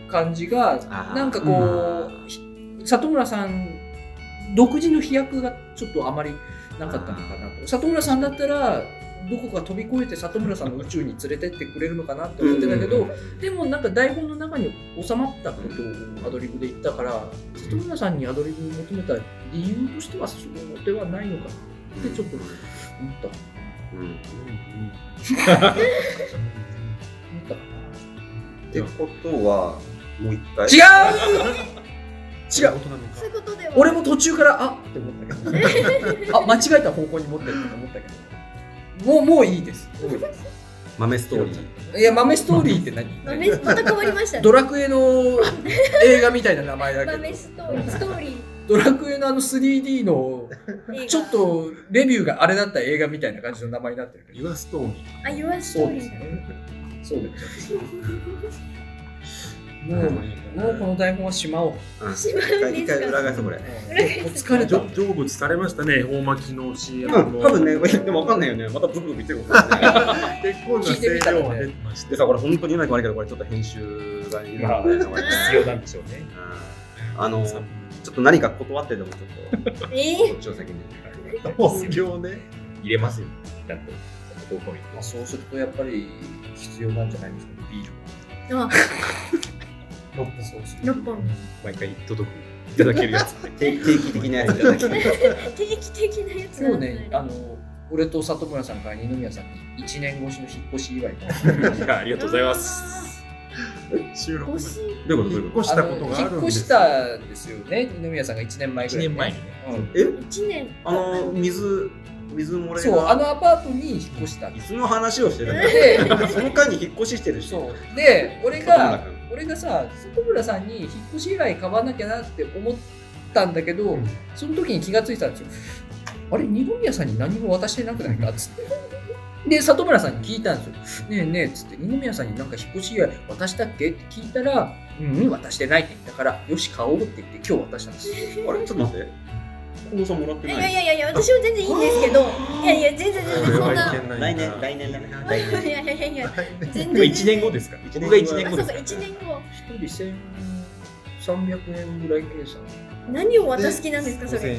S2: 感じが、
S5: あー
S2: なんかこう、ひ里村さん独自の飛躍がちょっとあまりなかったのかなと。里村さんだったら、どこか飛び越えて里村さんの宇宙に連れてってくれるのかなって思ってたけど、でもなんか台本の中に収まったことをアドリブで言ったから、里村さんにアドリブを求めた理由としてはそうではないのかなってちょっと思った。
S5: うん。
S2: 思ったかな
S5: ってことは、もう一回。
S2: 違う違う
S1: そういうことでは。
S2: 俺も途中からあって思った けどあ間違えた方向に持ってると思ったけどもうもういいです
S5: 豆ストーリー。
S2: いや豆ストーリーって何
S1: 豆また変わりましたね
S2: ド。ラクエの映画みたいな名前だけ
S1: 豆
S2: ど
S1: ストーリー、ストーリ
S2: ドラクエのあの 3D の
S1: ー。
S2: ちょっ。とレビューがあれだった映画みたいな感じの名前になってるけど
S4: 言わすと、
S1: あ、弱いストーリーだ。
S2: そうですもうもうこの台本はしまおう
S5: うん
S1: しま
S5: 一
S1: うん
S5: 回一
S1: で
S5: 回
S1: す
S5: 裏
S1: か。
S5: 返すこれ。
S2: もう疲れた
S4: 成仏されましたね、大巻きの CM
S5: うん、
S4: も。
S5: 多分ね、これでもわかんないよね。またブクブク言ってることね。
S4: 結構な声量が出てました。
S5: でさ、これ本当にうまく悪いけど、これちょっと編集がいる
S9: まあ、
S5: ので、これ
S9: 必要なんでしょうね。
S5: うんあの、ちょっと何か断ってでもちょっと、
S1: え
S5: こっちを先に。
S9: 本業ね。入れますよ。ちゃんと。ここに
S2: まあ、そうするとやっぱり必要なんじゃないですかビール
S1: えー。あ、
S2: 六本そうす
S1: 6本。
S9: 毎回届く。いただけるやつ。
S5: 定期的なやついただき
S1: 定期的なやつ
S2: 今
S1: な
S2: 日
S1: んだ
S2: ねあの俺と里村さんから二宮さんに1年越しの引っ越し祝いの
S9: いやありがとうございます。
S4: 収録
S1: 欲しい。
S5: どういうことどういう
S4: 引っ
S5: こ
S4: 越したことがあ
S2: あの
S4: る
S2: 引
S4: ん
S2: っ
S4: で
S2: 越し
S4: す。
S2: たんですよね二宮さんが1年前ぐらい、ね、
S9: にね。
S2: うん
S1: 1年。
S5: とあの、水、水漏れが。
S2: そうあのアパートに引っ越したんで
S5: い
S2: す
S5: つの話をしてるんだ
S2: で
S5: よその間に引っ越ししてるし。
S2: そうで俺
S5: 里村
S2: が
S5: 君
S2: 俺がさ里村さんに引っ越し以来買わなきゃなって思ったんだけど、
S4: うん
S2: その時に気がついたんですよあれ二宮さんに何も渡してなくないかっつってで里村さんに聞いたんですよ「ねえねえ」っつって二宮さんになんか引っ越し以来渡したっけって聞いたら「うんうん渡してない」って言ったから「よし買おう」って言って今日渡したんですよ
S5: あれちょっと待って。口座もらっ
S1: い
S5: てな
S1: やい
S5: い。
S1: やいやいや、私も全然いいんですけど。いやいや、全然全然そんな。い
S5: 来年、来年だね。来
S1: やい
S5: 年。
S1: やいやいや、全然。
S9: でも1年後ですから。僕
S1: あ、
S9: が1年
S1: そ
S9: 後
S1: うそ
S9: ですか
S1: う、
S9: ら。
S1: 1年後。
S2: 一人1300円ぐらい計算
S1: 何を渡す気なんですか、それ。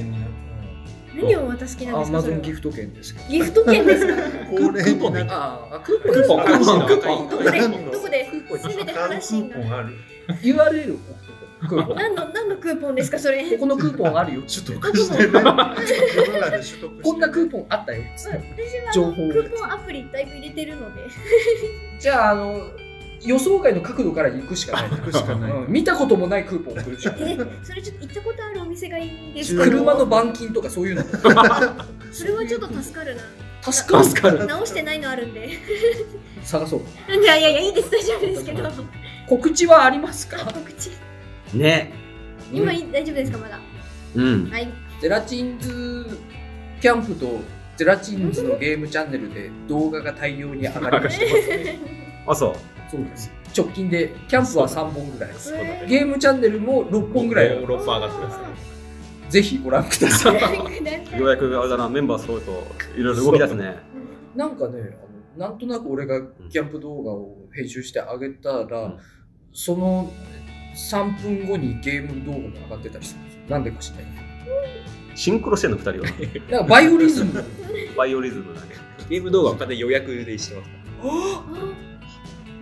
S1: 何を渡す気なん
S2: ア
S1: です
S2: マ
S1: か、そ
S2: ゾ
S1: れ
S2: ン
S1: は。
S2: ギフト券ですけど
S1: ギフト券ですか。
S9: クーポンね。
S2: ああクーポン
S5: クーポン、クーポン、クーポン。
S1: どこで、どこで、
S2: クーポン
S1: すべて話になる。
S2: URL を送ってこ
S1: 何の、何のクーポンですか、そ れ。
S2: ここのクーポンあるよ
S1: どこも
S2: こんなクーポンあったよ
S1: 私はあ
S2: 情
S1: の
S2: 報を
S1: クーポンアプリだいぶ入れてるので。
S2: じゃああの予想外の角度から行くしかない
S4: 行くしかない。
S2: うん見たこともないクーポン送るしかない
S1: え、それちょっと行ったことあるお店がいい ですか。
S2: 車の板金とかそう いうの
S1: それはちょっと助かるな。
S2: 助かる
S1: 直してないのあるんで。
S2: 探そう
S1: いやいやいや、いいです、大丈夫ですけど。
S2: 告知はありますか
S1: 告知。
S10: ね。
S1: 今いい、大丈夫ですか、まだ。
S10: うん。
S1: はい。
S2: ゼラチンズキャンプとゼラチンズのゲームチャンネルで動画が大量に上がりま した
S11: あ、そう。
S2: そうです直近でキャンプは3本ぐらい
S1: そうだね
S2: ゲームチャンネルも6本ぐらい
S9: ヨーロッパ上がってますね。
S2: ぜひご覧ください
S11: ようやくあれだな、メンバー揃うと、いろいろ動き出すね。
S2: なんかねあのなんとなく俺がキャンプ動画を編集してあげたら、
S11: ん
S2: その3分後にゲーム動画が上がってたりしたんですよなんでか知らない
S11: シンクロしてんの、二人は。
S2: なんかバイオリズ ム
S11: バイオリズムだね。
S9: ゲーム動画は完全に予約でしてますか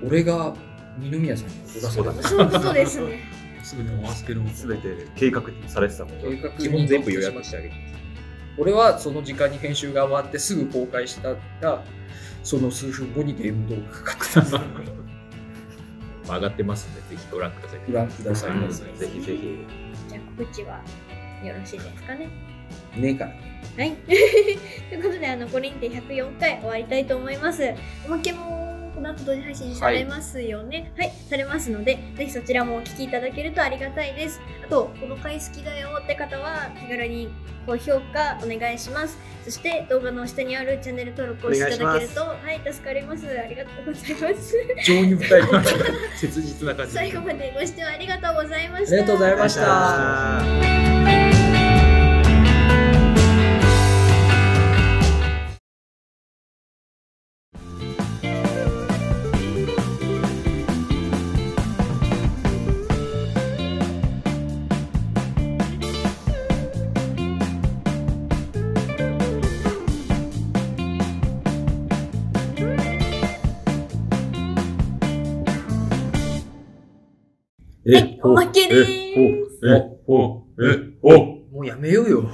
S2: 俺が二宮さんに踊らされた
S1: そういうことですね。
S4: すぐに終わってるもん
S11: すべて計画されてたもん
S2: 計画
S9: ら。
S2: に
S9: 基本全部予約してあげて
S2: 俺はその時間に編集が終わってすぐ公開したらその数分後にゲーム動画が確 認されて
S9: ます。上がってますんで、ぜひご覧ください。
S2: ご覧ください
S11: うん
S2: ね
S11: ぜひぜひ。
S1: じゃあ、告知はよろしいですかね。
S2: えから
S1: はい。 ということで、あの、これにて104回終わりたいと思います。おまけも、この後同時配信されますよね。はい、されますので、ぜひそちらもお聞きいただけるとありがたいです。あと、この回好きだよって方は、気軽に高評価お願いします。そして、動画の下にあるチャンネル登録をしていただけると、はい、助かります。ありがとうございます。
S9: 情に深い。切実な感じ。
S1: 最後までご視聴ありがとうございました。
S2: ありがとうございました。
S1: はい、おまけでーす。
S11: え、ほ、え、ほ。
S2: もうやめよう よ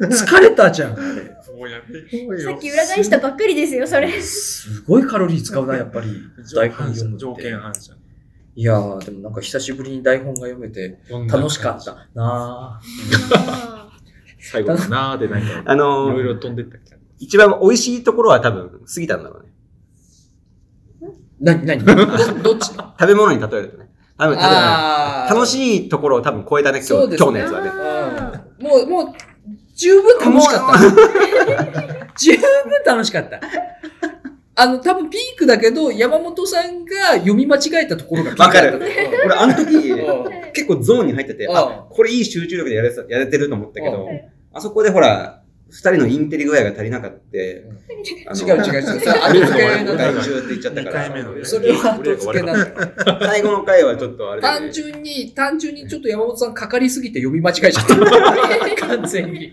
S2: 疲れたじゃんあれ
S4: もうやめようよ
S1: さっき裏返したばっかりですよ、それ。
S2: すごいカロリー使うなやっぱ り
S4: 条件反
S2: 読
S4: 射
S2: むって
S4: 条件反射
S2: いやーでもなんか久しぶりに台本が読めて楽しかったなあ
S9: 最後かなーでなんか、
S11: あ
S9: い
S11: の
S9: ろいろ
S11: ー、
S9: 飛んでったけど。
S11: 一番美味しいところは多分、過ぎたんだろうね。
S2: なになにど っちの
S11: 食べ物に例えるとね。多分、
S2: あー
S11: 楽しいところを多分超えたね、今
S2: そう
S11: 日、
S2: です
S11: 今日の
S2: ね
S11: やつはね。
S1: あ、
S2: もう、もう、十分楽しかった。 十分楽しかった。あの、多分ピークだけど、山本さんが読み間違えたところがピークだった。
S5: わ俺、あの時、
S2: うん
S5: 結構ゾーンに入ってて、
S2: うん
S5: あ、これいい集中力でやれさやれてると思ったけど
S2: うん
S5: あそこでほら、二人のインテリ具合が足りなかった。違
S2: 違う違う違う。それ後付けなんだよ
S5: 外中って言っちゃったから。
S11: 二回目のね
S2: それは後付けなんだよ
S5: 最後の回はちょっとあれで
S2: 単純に、単純にちょっと山本さんかかりすぎて読み間違えちゃ った。完全に。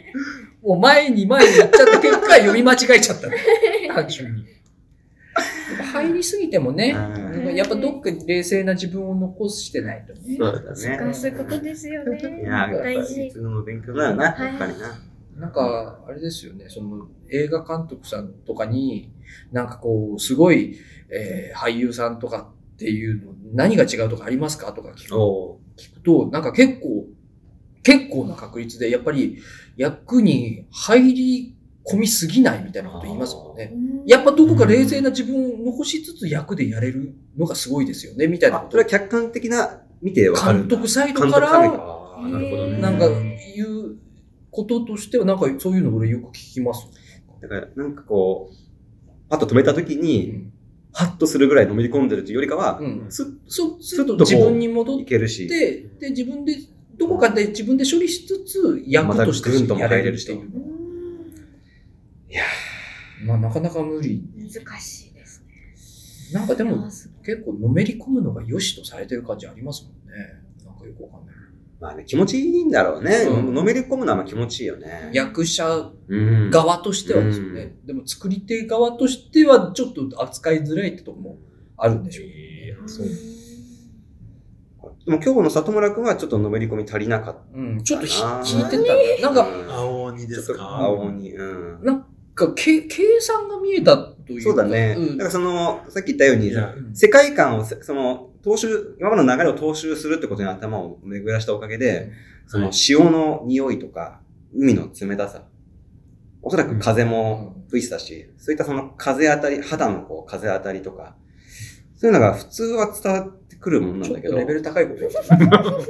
S2: もう前に前にやっちゃった結果、読み間違えちゃった。単純に。やっぱ入りすぎてもね、
S5: うん
S2: やっぱどっかに冷静な自分を残してないとね。
S5: そうだね。
S1: そういうことですよ
S5: い
S1: ね。
S5: やー、や
S1: 大
S5: っぱ
S1: 事
S5: いつの勉強だよな、やっぱりな。
S2: なんか、あれですよね、その映画監督さんとかに、なんかこう、すごい、えー俳優さんとかっていうの、何が違うとかありますかとか聞く
S5: お
S2: 聞くと、なんか結構、結構な確率で、やっぱり役に入り込みすぎないみたいなこと言いますもんね。やっぱどこか冷静な自分を残しつつ役でやれるのがすごいですよね、みたいな
S5: あ
S2: こ、
S5: そ
S2: と
S5: れは客観的な見てわかる
S2: 監
S5: んだ。
S2: 督サイド
S5: 監
S2: か
S5: 督から
S2: ら、
S5: か。
S9: なるほどね
S2: なんか言うこととしては、なんかそういうの俺よく聞きます。
S5: だから、なんかこう、パッと止めた時に、ハッとするぐらいのめり込んでるというよりかは
S2: う、ん。
S5: スッ
S2: そう、する
S5: ちょ
S2: と
S5: っとこう
S2: 自分に戻
S5: い
S2: っ
S5: けるし。
S2: て、で、自分で、どこかで自分で処理しつつ、役として
S5: またグンとも
S2: や
S5: 入
S2: れ
S5: れ
S2: る
S5: る
S2: って
S5: 人
S2: いう。まあ、なかなか無理。
S1: 難しいですね。
S2: なんかでも、結構のめり込むのが良しとされてる感じありますもんね。なんかよくわかんない。
S5: まあね、気持ちいいんだろうね。
S2: うん
S5: のめり込むのはまあ気持ちいいよね。
S2: 役者
S5: うん
S2: 側としてはですよね。でも作り手側としてはちょっと扱いづらいってとこもあるんでしょうね。
S9: そう
S5: でも今日の里村くんはちょっとのめり込み足りなかっ
S2: うん、ちょっとひ
S5: あー
S2: 引いてった
S5: た。
S2: んだ。なんか、
S5: う
S4: 青鬼
S5: ん、
S4: で
S5: ちょっ
S4: す
S5: と
S4: か
S5: 青に。うん。
S2: かけ計算が見えたというか。
S5: そうだね。
S2: ん
S5: だからその、さっき言ったよう
S4: い
S5: に、
S4: や
S2: うん
S5: 世界観をせ、その、踏襲、今までの流れを踏襲するってことに頭を巡らしたおかげで、その潮の匂いとか、海の冷たさ、おそらく風も、
S2: う
S5: 吹いてたし、そういったその風当たり、肌のこう風当たりとか、そういうのが普通は伝わってくるもんなんだけど、
S2: レベル高 いこと言ってるちょっと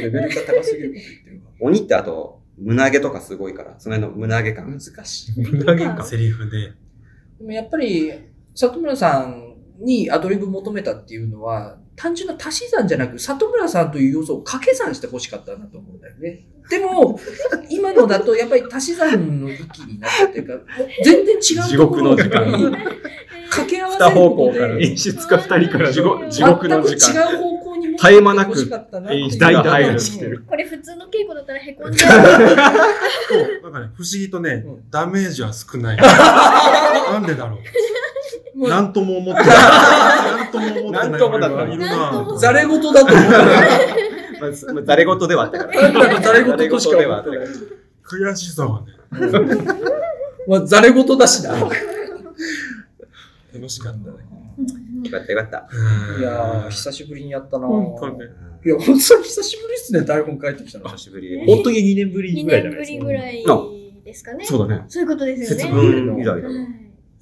S2: レベルが高すぎること言ってるわ。
S5: 鬼ってあと、胸毛とかすごいから、その辺の胸毛感。
S2: 難し い。
S12: 胸げかセリフで。
S2: でもやっぱり、里村さんにアドリブ求めたっていうのは、単純な足し算じゃなく、里村さんという要素を掛け算してほしかったなと思うんだよね。でも、今のだとやっぱり足し算の域になったというか、もう全然違う
S3: 地
S2: とこ
S3: 獄
S2: ろ
S3: の時間
S2: に掛け合わせ
S3: 二
S2: る
S3: 方向
S2: こと
S3: から
S2: で、
S3: 演出家二人から
S1: 地獄
S3: 地獄の時
S2: 全
S3: 間。
S2: く違う方向に持って
S3: 絶え間なく
S2: ほしかったなっていう
S3: 演出が入るしてる。
S1: これ普通の稽古だったらへこんじゃう。
S4: そう、なんかね、不思議とね
S2: う、
S4: ダメージは少ない。なんでだろう。なんとも思ってない。なんとも思ってない。
S3: なんともだった
S4: 俺はいるな
S1: なんと
S4: ぁ
S1: も
S2: ざれ事だと思ったら、
S3: まあまあ誰事ではあったから。
S2: 誰事としか
S3: 誰事で
S2: 思
S3: はあ
S2: っ
S3: ってた
S2: な
S3: か
S2: い
S3: ら。悔しさはね、
S2: まあ、ざれ事だしな。
S12: 楽しかったね。
S5: よかったよかった。
S2: いやー、久しぶりにやったな
S12: 本当ね。
S2: いや、本当に久しぶりっすね、台本書いてきたの。
S5: 久しぶり。
S9: 本当に2年ぶり
S1: 2
S9: ぐらいじゃ
S1: 年ぶり
S9: ないですか。
S1: ぐらいですかね。
S3: そうだね。
S1: そういうことですよね。
S5: 節
S1: は
S5: 分以来だな。
S1: い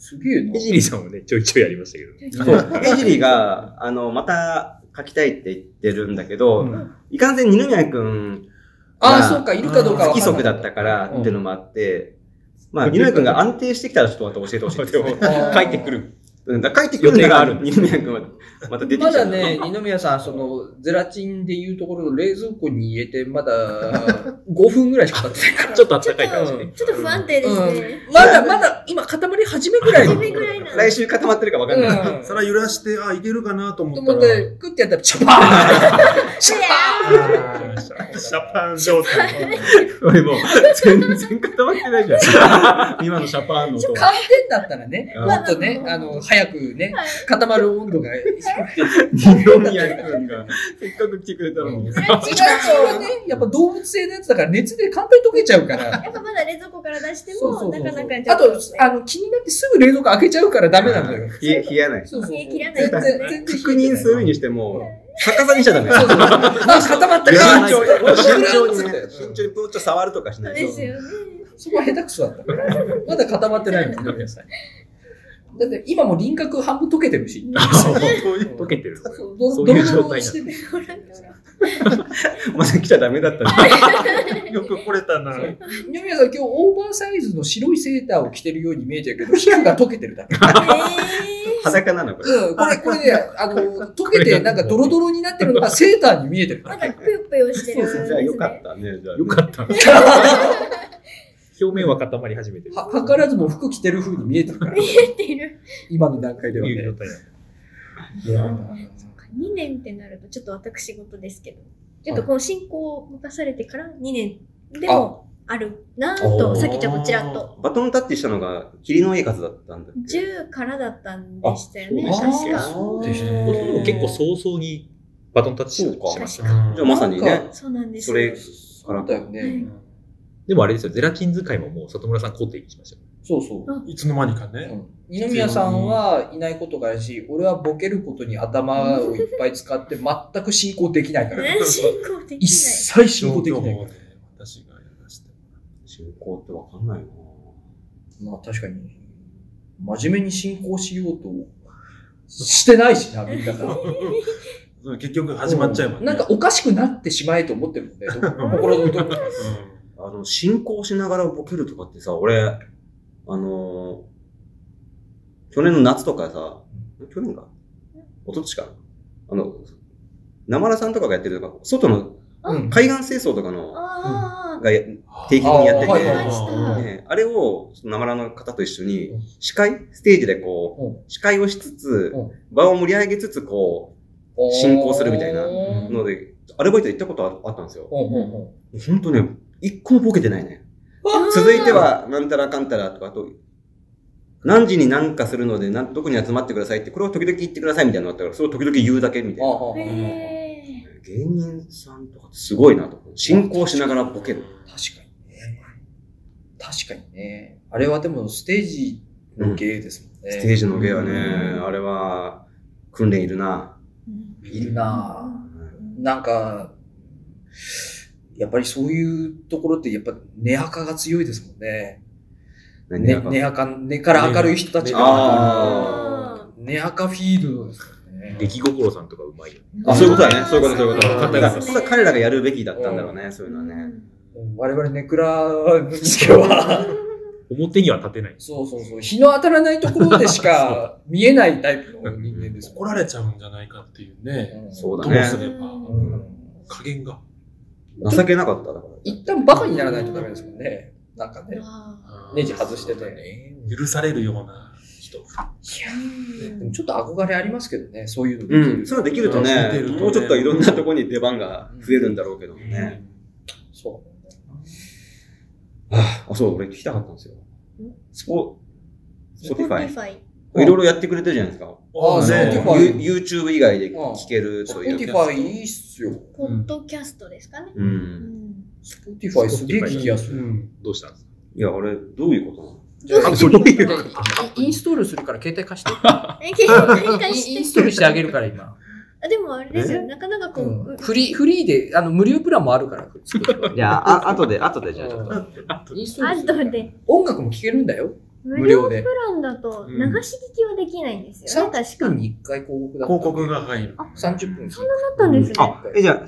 S2: すげえな
S9: エ。ジリーさんもね、ちょいちょいやりましたけど、ね、
S5: そう。エジリーが、あの、また書きたいって言ってるんだけど、
S2: うん
S5: いかんせん二宮くん
S2: ああ、そうか、いるかどうか
S5: 不
S2: は。
S5: 規則だったからっていうのもあって、まあ、二宮くんが安定してきたらちょっとまた教えて ほしいです
S9: でも
S5: ね。
S9: 帰ってくる。
S5: うんだから帰ってくるの
S9: 予定が
S5: が
S9: あ
S5: あ
S9: る
S5: る。二宮くんはまた出てきちゃ
S2: まだ
S5: う。
S2: ね、二宮さん、その、ゼラチンでいうところの冷蔵庫に入れて、まだ5分ぐらいしか経ってないから。
S9: ちょっと暖かい感じ
S2: う
S9: で
S2: ん。
S1: ちょっと不安定ですね。
S2: まだまだ今固まり始めぐ らいの。
S1: 初めぐらいな。
S5: 来週固まってるかわかんない。
S2: うん
S4: 皿揺らして、あ、いけるかなと
S2: と
S4: 思
S2: 思
S4: っ
S2: ったて、クッてやったら、シャパーンシャ
S4: ら、シャパン状態。
S3: 俺もう全然固まってないじゃん。今のシャパーンの音
S2: パーン寒天だったらね、
S3: うん
S2: もっとね、あの、早くね、
S1: はい
S2: 固まる温度が低くて。
S3: 二宮君がせっかく来てくれたのに。
S2: ゼラチンはね、やっぱ動物性のやつだから熱で簡単に溶けちゃうから。
S1: やっぱまだ冷蔵庫から出して
S2: そうそ
S1: も、
S2: うそう
S1: なかなか
S2: あと、あの、気になってすぐ冷蔵庫開けちゃうからダメなのよ。
S5: 冷え、冷えない。
S2: そうそうそう
S1: 冷え切らない
S2: 全然全然
S5: 確認するにしても、逆さにしちゃダメ。
S2: そうそうそうあ、固まった
S5: 慎
S2: から。
S5: 重に、慎重にね
S2: うん、
S5: 慎重にプーッと触るとかしない
S1: で
S5: と。
S1: すよね。
S2: そこは下手くそだったから。まだ固まってないもんね、皆さん。だって今も輪郭半分溶けてるし。
S9: 溶けてる。
S2: そうど
S9: そうい
S2: ド
S9: う
S2: ロ
S9: 状
S2: ドロ
S9: 態
S2: し
S9: な
S2: てる
S5: まだ来ちゃダメだったね。
S4: よく来れたな。
S2: 二宮さん、今日オーバーサイズの白いセーターを着てるように見えてるけど、皮膚が溶けてるだけ。
S1: え
S5: 裸なのこれ。
S2: うん、これ、これね、あの、溶けて、なんかドロドロになってるのがセーターに見えてる
S1: ー、まだぷよぷよしてるんですね。
S5: じゃあよかったね。じゃあ
S9: よかった。表面は固まり始めてる。
S2: は、はからずも服着てる風に見えてるから、
S1: 見てる。
S2: 今の段階では
S9: いう状
S2: ね。
S9: 態なの
S2: いやー
S1: 2年ってなると、ちょっと私事ですけど、ちょっとこの進行を任されてから2年でもあるなぁ
S9: あ
S1: と、さきちゃんもちらっと。
S5: バトンタッチしたのが、霧のいい数だったんだっけ
S1: 10からだったんでしたよね、
S9: あそう
S1: 確か。
S9: ほとんど結構早々にバトンタッチ
S5: そうか
S9: しました。
S1: 確か。
S5: じゃあまさに
S2: なん
S5: ね
S2: か、
S1: そうなんです
S5: それ
S1: よ。
S5: か
S2: そう
S5: ら。
S2: だよね。
S9: でもあれですよ、ゼラチン使いももう里村さん固定にしましたよ。
S2: そうそう。
S4: いつの間にか
S2: う
S4: ね。
S2: ん二宮さんはいないことがあるし、俺はボケることに頭をいっぱい使って全く進行できないから。
S1: ね 進行でき
S2: 一
S1: ない。
S2: 切進
S4: 状
S2: 行で
S4: 況
S2: きない。
S4: をね、私がやらせて。
S5: 進行ってわかんないな
S2: まあ確かに、真面目に進行しようとしてないしな、みんなが。
S4: そう結局始まっちゃえばね。
S2: なんかおかしくなってしまえと思ってるもんね。心のどこか
S4: う
S5: あの、進行しながらボケるとかってさ、俺、あのー去年の夏とかさ、去年か一昨年かあの、生らさんとかがやってるとか、外の
S2: うん
S5: 海岸清掃とかの、
S1: あ
S5: がや定期的にやって
S2: あーはいはい
S5: て、
S1: は
S4: ん。
S1: い
S5: ねあれを、その生らの方と一緒に
S2: う、
S5: 司会ステージでこう、
S2: う
S5: 司会をしつつ
S2: う、
S5: 場を盛り上げつつ、こ
S2: ん
S5: 進行するみたいな
S2: うん
S5: う、ので、アルバイトで行ったことああったんですよ。
S2: うんうんうん
S5: ほんとね、一個もボケてないね。
S1: ー
S5: 続いて、は、なんたらかんたらとか、あと、何時に何かするので、なんどこに集まってくださいって、これを時々言ってくださいみたいなのがあったから、それを時々言うだけみたい
S2: ああ
S5: な。
S2: ああ
S1: えー
S5: 芸人さんとかってすごいなと思う。進行しながらボケる。
S2: 確かにね。確かにね。あれはでもステージの芸ですもんね。
S5: ステージの芸はね、
S2: うん
S5: あれは、訓練いるな。
S2: いるなぁ。なんか、やっぱりそういうところってやっぱ根垢が強いですもんね。
S5: 何
S2: ね
S5: が、
S2: ねあかん、ねから明るい人たちが。
S5: あ
S2: ねあかフィールドですからね。
S9: 出来心さんとかうまいよね。
S5: あ、そういうことだね。そういうこと、そういうこと。
S1: うん
S5: だから、本当は彼らがやるべきだったんだろうね、そういうのはね。
S2: 我々ネクラにして は、
S9: 表には立てない。
S2: そうそうそう、日の当たらないところでしか見えないタイプの人間です
S4: 怒られちゃうんじゃないかっていうね。
S2: う。
S5: そうだ
S4: どうす
S5: ね。
S4: れば、
S2: うん
S4: 加減が。
S5: 情けなかっただから。
S2: 一旦バカにならないとダメですもんね。なんかね、
S1: あ
S2: ネジ外してて。
S4: 許されるような人。
S2: でもちょっと憧れありますけどね、そういうのでき
S5: うん、
S2: る。
S5: それできるとね
S4: 見てると、ね
S5: もうちょっといろんなとこに出番が増えるんだろうけどね。
S2: そう。
S5: あ、そう、俺聞きたかったんですよ。スポ、
S1: ー。
S5: スポティファイ。
S1: Spotify
S5: いろいろやってくれてるじゃないですか。
S2: ああ、
S4: ね
S2: そう
S5: あ
S2: ね
S5: の
S2: スポティファイ
S5: You- YouTube 以外で聞ける
S2: ス
S5: と
S2: ポ
S5: い
S2: テ
S5: う。
S2: ィファイいいっすよ。
S1: ポッドキャストですかね。
S5: う。
S1: うんん。
S2: スポティファイすげえ聞きやすい。
S9: どうしたんですか
S5: いや、俺、どういうことなの
S1: どうす
S9: そ
S1: る
S9: れどういうこと
S13: インストールするから携帯貸して。
S1: え、結構 展開
S13: インイン
S1: し
S13: ストール
S1: て。
S13: してあげるから今。
S1: あでもあれですよ、なかなかこう、
S13: フリー、フリーで、あの、無料プランもあるから。
S5: いや、あ、後で、後でじゃあちょっと。
S13: インストー
S1: あ
S13: ルするか
S1: と
S13: ら。
S1: で、
S2: 音楽も聞けるんだよ。
S1: 無
S2: 無
S1: 料
S2: 料で。
S1: プランだと流し聞きはできないんですよね、確
S2: 30
S1: か。
S2: 分に1回広告だった
S4: 広告が入る。
S2: 30分。そん
S1: だったんですね。
S5: あ、え、じゃあ、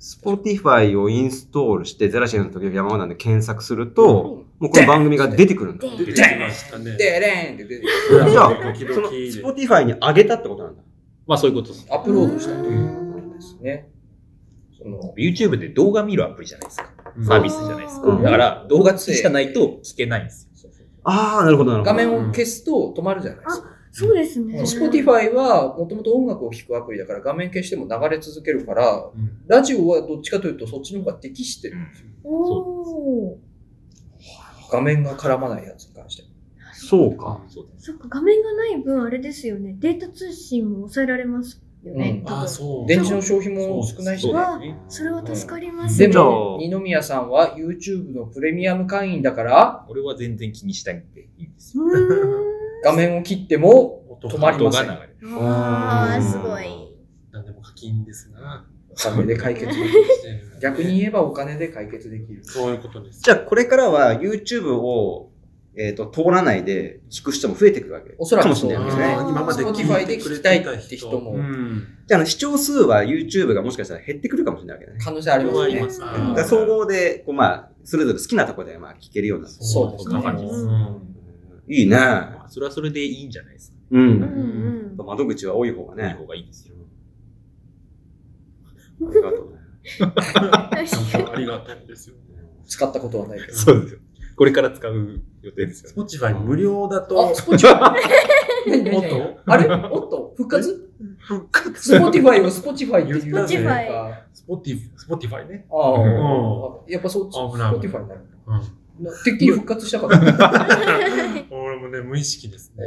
S5: Spotify をインストールして、ゼラシンの時の山形で検索すると、もうこの番組が出てくるんだ。
S4: 出て
S1: で、
S4: きましたね。
S2: でれんって出て
S4: じ
S5: じゃあ、
S4: 時
S5: その
S4: 々で
S5: Spotify に上げたってことなんだ。
S9: まあそういうことです。
S2: アップロードしたということですね。その
S9: YouTube で動画見るアプリじゃないですか。サービスじゃないですか。
S5: うん
S9: だから、動画付きじゃないと聞けないんですよ。
S5: ああ、なるほど、なるほ
S2: 画
S5: ど。
S2: 面を消すと止まるじゃないですか。
S1: そうですね。
S2: Spotify はもともと音楽を聴くアプリだから画面消しても流れ続けるから、
S4: うん
S2: ラジオはどっちかというとそっちの方が適してる。
S1: おお。
S2: 画面が絡まないやつに関して。
S5: そうか。
S9: そうです。
S1: そっか、画面がない分、あれですよね。データ通信も抑えられますよね。
S2: うん
S1: 多分
S4: ああ、そう。
S2: 電池の消費も少ないし
S9: そう。ですね。
S1: それは助かります
S2: で
S1: ね。
S5: じゃあ
S2: も、二宮さんは YouTube のプレミアム会員だから、
S9: 俺は全然気にしたいんでいいんですよ。
S1: う
S2: 画面を切っても
S4: 音
S2: 止まりませ
S9: が
S2: ん
S9: 流。れる。
S1: ーん。ああ、すごい。
S4: 何でも課金ですな。
S2: お金で解 決できる。逆に言えばお金で解決できる。
S4: そういうことです。
S5: じゃあ、これからは YouTube を、えっ、と、通らないで聞く人も増えていくわけ。
S2: おそら
S5: か
S2: く
S5: もし
S2: そう
S5: れないです
S1: あ
S5: ね。
S1: ー
S4: 今まで聞い
S2: Spotify で
S4: てく
S2: 聞
S4: れ
S2: きたい
S4: てた
S2: って人も
S4: うん
S5: じゃああの、視聴数は YouTube がもしかしたら減ってくるかもしれないわけだね。
S2: 可能性あります
S4: あ
S2: ね
S4: り。ますね
S5: だから総合で、こう、まあ、それぞれ好きなところで、まあ、聞けるようになって
S2: そうですね
S9: わかります
S4: うん
S5: いいね。
S9: まあそれはそれでいいんじゃないですか。
S5: う。
S1: うん ん
S5: 窓口は多い方が
S9: いい
S5: ね。
S9: 方がいいですよ。
S5: ありがとうね。
S1: うん。
S4: ありがたいですよ。
S2: 使ったことはないけど。
S9: そうですよ。これから使う予定ですよね。
S4: Spotify 無料だ
S2: あ、
S4: と、
S2: スポティファイ。
S4: もっと
S2: あれおっと復活
S4: 復活
S2: スポティファイをスポティファイって言う
S1: Spotify
S2: あ
S4: Spotify Spotify ね。
S2: あ
S4: う、
S2: やっぱそっち、ス
S4: 危
S2: ポ
S4: ない
S2: ティファイになる。
S4: うん
S2: なてっきり復活したかった。
S4: 俺もね、無意識ですね。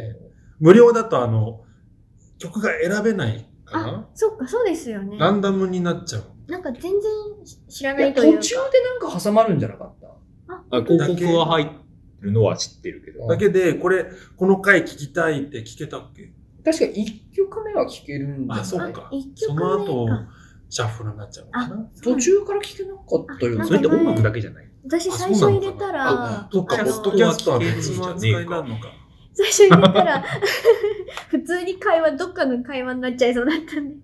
S4: 無料だと、あの、曲が選べないか
S1: あ
S4: な、
S1: そっか、そうですよね。
S4: ランダムになっちゃう。
S1: なんか全然知ら
S2: い
S1: な
S2: や
S1: いと
S2: 途
S1: いうか。
S2: 中でなんか挟まるんじゃなかった
S9: あ広告は入るのは知ってるけど。
S2: うん
S4: だけで、これ、この回聞きたいって聞けたっけ
S2: 確か1曲目は聴けるんだ
S4: あ、そ
S2: よ
S4: う
S2: ね。
S4: か
S1: あ一。曲
S4: そ
S1: 目か
S4: の後、シャッフルになっちゃうのかな。
S2: 途中から聴けなかったよ
S1: あ
S2: ね。
S9: それって音楽だけじゃない。
S1: 私
S4: あ
S1: 最初入れたら、
S4: そう
S1: あ
S4: そっか、ポッド
S1: の
S4: キャストは別の扱いになるのか。
S1: 最初入れたら、 普通に会話、どっかの会話になっちゃいそうだったんで、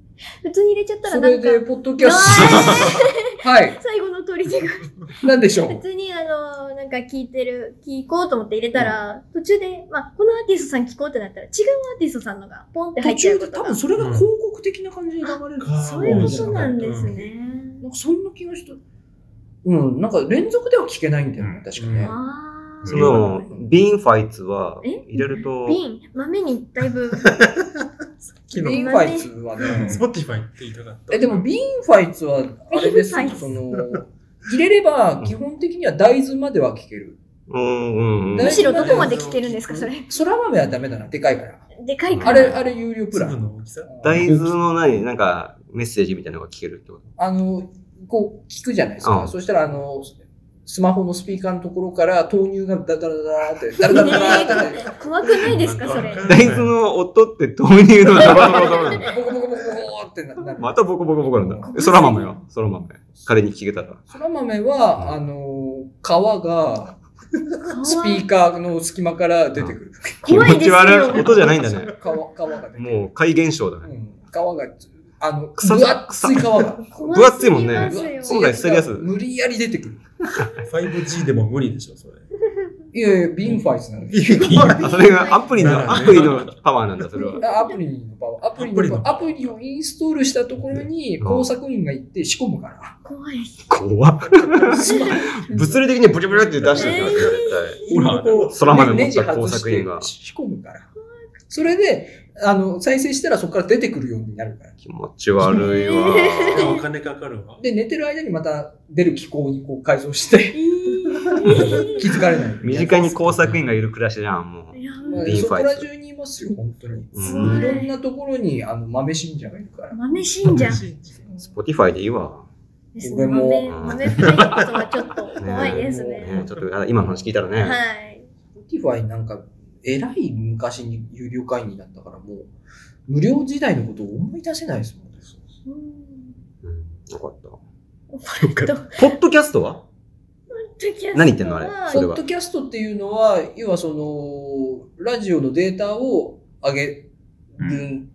S1: 普通に入れちゃったら
S2: そ
S1: な
S2: れ
S1: んか、
S2: で、ポッドキ ャスト。はい。
S1: 最後の取り手が、
S2: なんでしょ
S1: 普
S2: う
S1: 通にあの、なんか聞いてる、聞こうと思って入れたら、途中で、まあ、このアーティストさん聞こうってなったら、違うアーティストさんのがポンって入
S2: 途
S1: っちゃ
S2: 中
S1: う
S2: で
S1: こ
S2: 多
S1: と
S2: 分
S1: が。
S2: それが広告的な感じに流れる。
S1: そういうことなんですね。
S2: なんかそんな気がした。うん、なんか連続では聞けないんだよね、確かね。
S1: あ
S5: その、ビーンファイツは、
S1: え
S5: 入れる
S1: あ。
S5: と、
S1: 瓶、豆にだいぶ、
S2: ビーンファイツはね
S4: ス、ポティファイって言いたかった。
S2: え、でもビーンファイツは、あれです
S1: ビーンファ
S2: よ、
S1: イツ
S2: その、入れれば基本的には大豆までは聞ける。
S5: うんうんうん。
S1: むしろどこまで聞けるんですか、それ。
S2: そら豆はダメだな、でかいから。
S1: でかいか
S2: あ
S1: ら。
S2: れ、あれ有料プラ
S4: 粒
S2: ン。
S4: の大きさ。
S5: 大豆の何、なんか、メッセージみたいなのが聞けるってこと
S2: あの、こう、聞くじゃないですか。
S5: うん
S2: そしたら、あの、スマホのスピーカーのところから豆乳がダダダダーって、ダラダラダラーって、
S1: 怖くないですか、それ。
S5: 大豆の音って豆乳 のドバドバドバな
S2: ボ
S5: の
S2: コボコボコボコってななる。
S5: またボコボコボコなんだ。そら豆よ。そら豆。彼に聞けたら。
S2: そら豆は、あの、皮が、スピーカーの隙間から出てくる。
S1: 気持ち悪い怖いですよ
S5: 音じゃないんだね。
S2: 川川が出てくる。
S5: もう怪現象だね。
S2: 川が、あの、
S5: 草
S2: 分厚い川が。
S5: 分厚いもんね。 そうだよ、捨てるやつ。
S2: 無理やり出てくる。
S4: 5G でも無理でしょ、 それ。
S2: いやいや、ビンファイスなんで。
S5: あそれがアプリの、アプリのパワーなんだ、それは。
S2: あアプリのパワー。アプリのパワーアプリをインストールしたところに工作員が行って仕込む から。
S1: 怖い。
S5: 怖っ。物理的にブリブリって出してるから、絶対。ほら、空豆持った工作員が。
S2: 仕込むから。それで、あの、再生したらそこから出てくるようになるから。
S5: 気持ち悪いわ。
S4: お金かかるわ。
S2: で、寝てる間にまた出る機構にこう改造して、気づかれない。
S5: 身近に工作員がいる暮らしじゃん、もう。
S2: まあ
S5: ビン
S2: そ
S5: フ
S2: こ
S5: ァイ
S2: ら
S5: ス。
S2: 中にいますよ、本当に。
S5: うん
S2: いろんなところにあの豆信者がいるから。
S1: 豆信者。
S5: スポティファイでいいわ。
S1: ですね。
S2: 俺も
S1: 豆、豆フライトはちょっと怖いですね。
S5: ねちょっとあ今の話聞いたらね。
S1: はい。
S2: Spotify なんか、えらい昔に有料会員になったから、もう、無料時代のことを思い出せないですもん。
S5: よかった。ポッドキャストは何言ってんのあれ
S2: ポ
S5: それ
S2: ッ
S5: は
S2: ド。キャストっていうのは、要はその、ラジオのデータを上げる、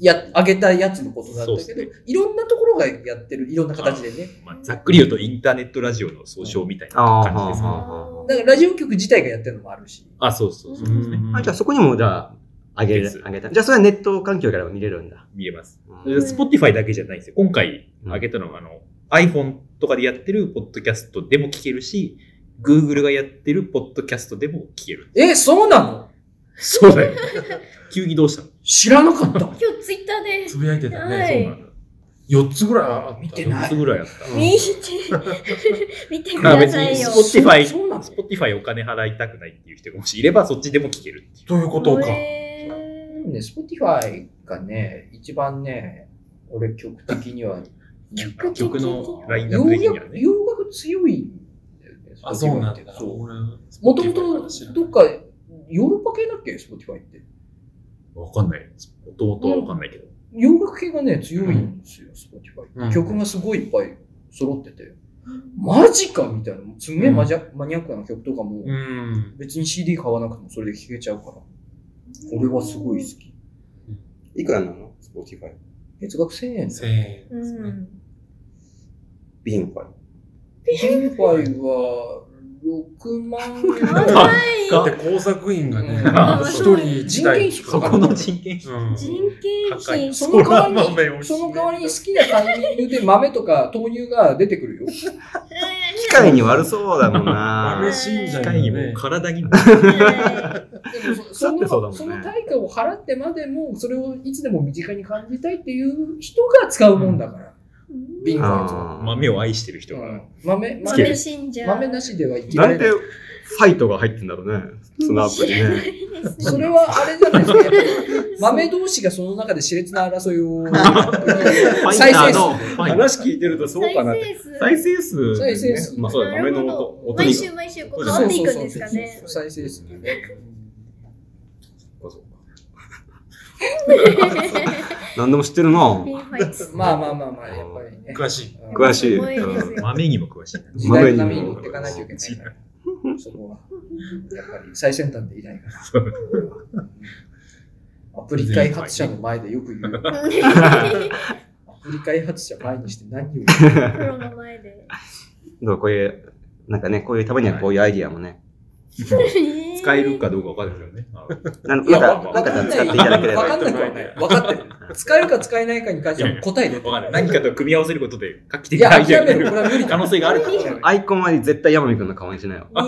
S2: や、上げたやつのことなんだけど、いろんなところがやってる、いろんな形でね。
S9: ざっくり言うとインターネットラジオの総称みたいな感じですね。
S2: だからラジオ局自体がやってるのもあるし。
S9: あ、そうそうそうですね。
S5: あじゃあそこにもじゃあ、あげる、あげた。じゃあそれはネット環境からも見れるんだ。
S9: 見えます。Spotify だけじゃないんですよ。今回上げたのは、あの、iPhone とかでやってるポッドキャストでも聞けるし、Google がやってるポッドキャストでも聞ける。
S2: え、そうなの
S9: そうだよ。 急にどうしたの
S2: 知らなかった。
S1: 今日ツイッターで。
S4: つぶやいてたね
S1: はい
S4: そうな4つぐらいあった。見
S2: て
S9: ない4つぐらいあった
S1: 見て、見てくだ
S9: 別
S1: さ
S9: に
S1: いよ。
S9: Spotify、Spotify お金払いたくないっていう人がもしいれば、そっちでも聞けるっていう。
S4: ということ
S2: か
S1: え
S2: でもね、Spotify がね、一番ね、俺曲的には、
S1: 曲
S9: 曲のラインナッ
S2: 洋
S9: プ的には
S2: 楽、洋楽強いんだよね。
S4: あ、そうな
S2: Spotify
S4: ん
S2: って
S4: だ。俺
S2: もともと、どっか、ヨーロッパ系だっけ ?Spotify って。
S9: わかんない。もともとはわかんないけど。
S2: 洋楽系がね、強いんですよ、Spotify、
S9: うん
S2: 曲がすごいいっぱい揃ってて。マジかみたいな。すんげえマジャ、マニアックな曲とかも、別に CD 買わなくてもそれで聴けちゃうから。俺はすごい好き。
S14: いくらなの ?Spotify。
S2: 月額1000円。1000
S4: 円。
S1: うん。
S14: ビンファイ。
S2: 現在は6万
S4: 円
S2: 円。
S4: だって工作員がね、 一人一台。
S2: 人件費かかるそこの
S9: 人件費。
S1: 人件費。
S2: その代わりに、その代わりに好きなタイミングで豆とか豆乳が出てくるよ。
S5: 機械に悪そうだもんな。
S2: 豆信者
S5: 機
S2: よね
S5: 械にも体 にも。腐ってそうだもんね
S2: その対価を払ってまでも、それをいつでも身近に感じたいっていう人が使うもんだから。ビンファイズは
S9: 豆を愛してる人が。
S2: 豆、
S9: つける
S2: 豆
S1: 信者。
S2: 豆なしでは生きら
S5: な
S2: れ
S5: ん
S2: な
S5: で
S2: い。
S5: ファイトが入ってんだろうね。そのアプリね。
S2: それはあれじゃないですか。豆同士がその中で熾烈な争いを。再生数。
S9: 話聞いてるとそうかなって。再生数。
S2: 再生数
S9: まあそうだ、
S2: な
S9: 豆
S2: る
S9: の
S2: ほど
S9: 音。音に
S1: 毎週毎週こう変わっていくんですかね。
S2: 再生数ね。
S5: 何でも知ってるな。
S2: まあまあまあまあ、やっぱりね。
S4: 詳しい。
S5: 詳しい。
S2: すごいですよ
S9: 豆にも詳しい。
S2: 時代のために持っていかないといけないから。そこは。やっぱり最先端でいないから。アプリ開発者の前でよく言う。アプリ開発者前にして何を言う
S1: プロの 前で。
S5: どうこういう、なんかね、こういうためにはこういうアイディアもね。
S9: 使えるかどうかわかんないですよね。
S5: なん
S2: いや
S5: か、
S2: わ
S5: なんか
S2: か
S5: 使
S2: んな
S5: っていただければ。
S2: わかんなくはない。わかってる。使えるか使えないかに関しては答え出てる。
S9: 何かと組み合わせることで画期的
S5: いや
S9: なアイデア
S5: 諦めろこれは無理だ
S9: 可能性があるから。
S5: アイコンは絶対山見くんの顔にしなよ。
S2: あ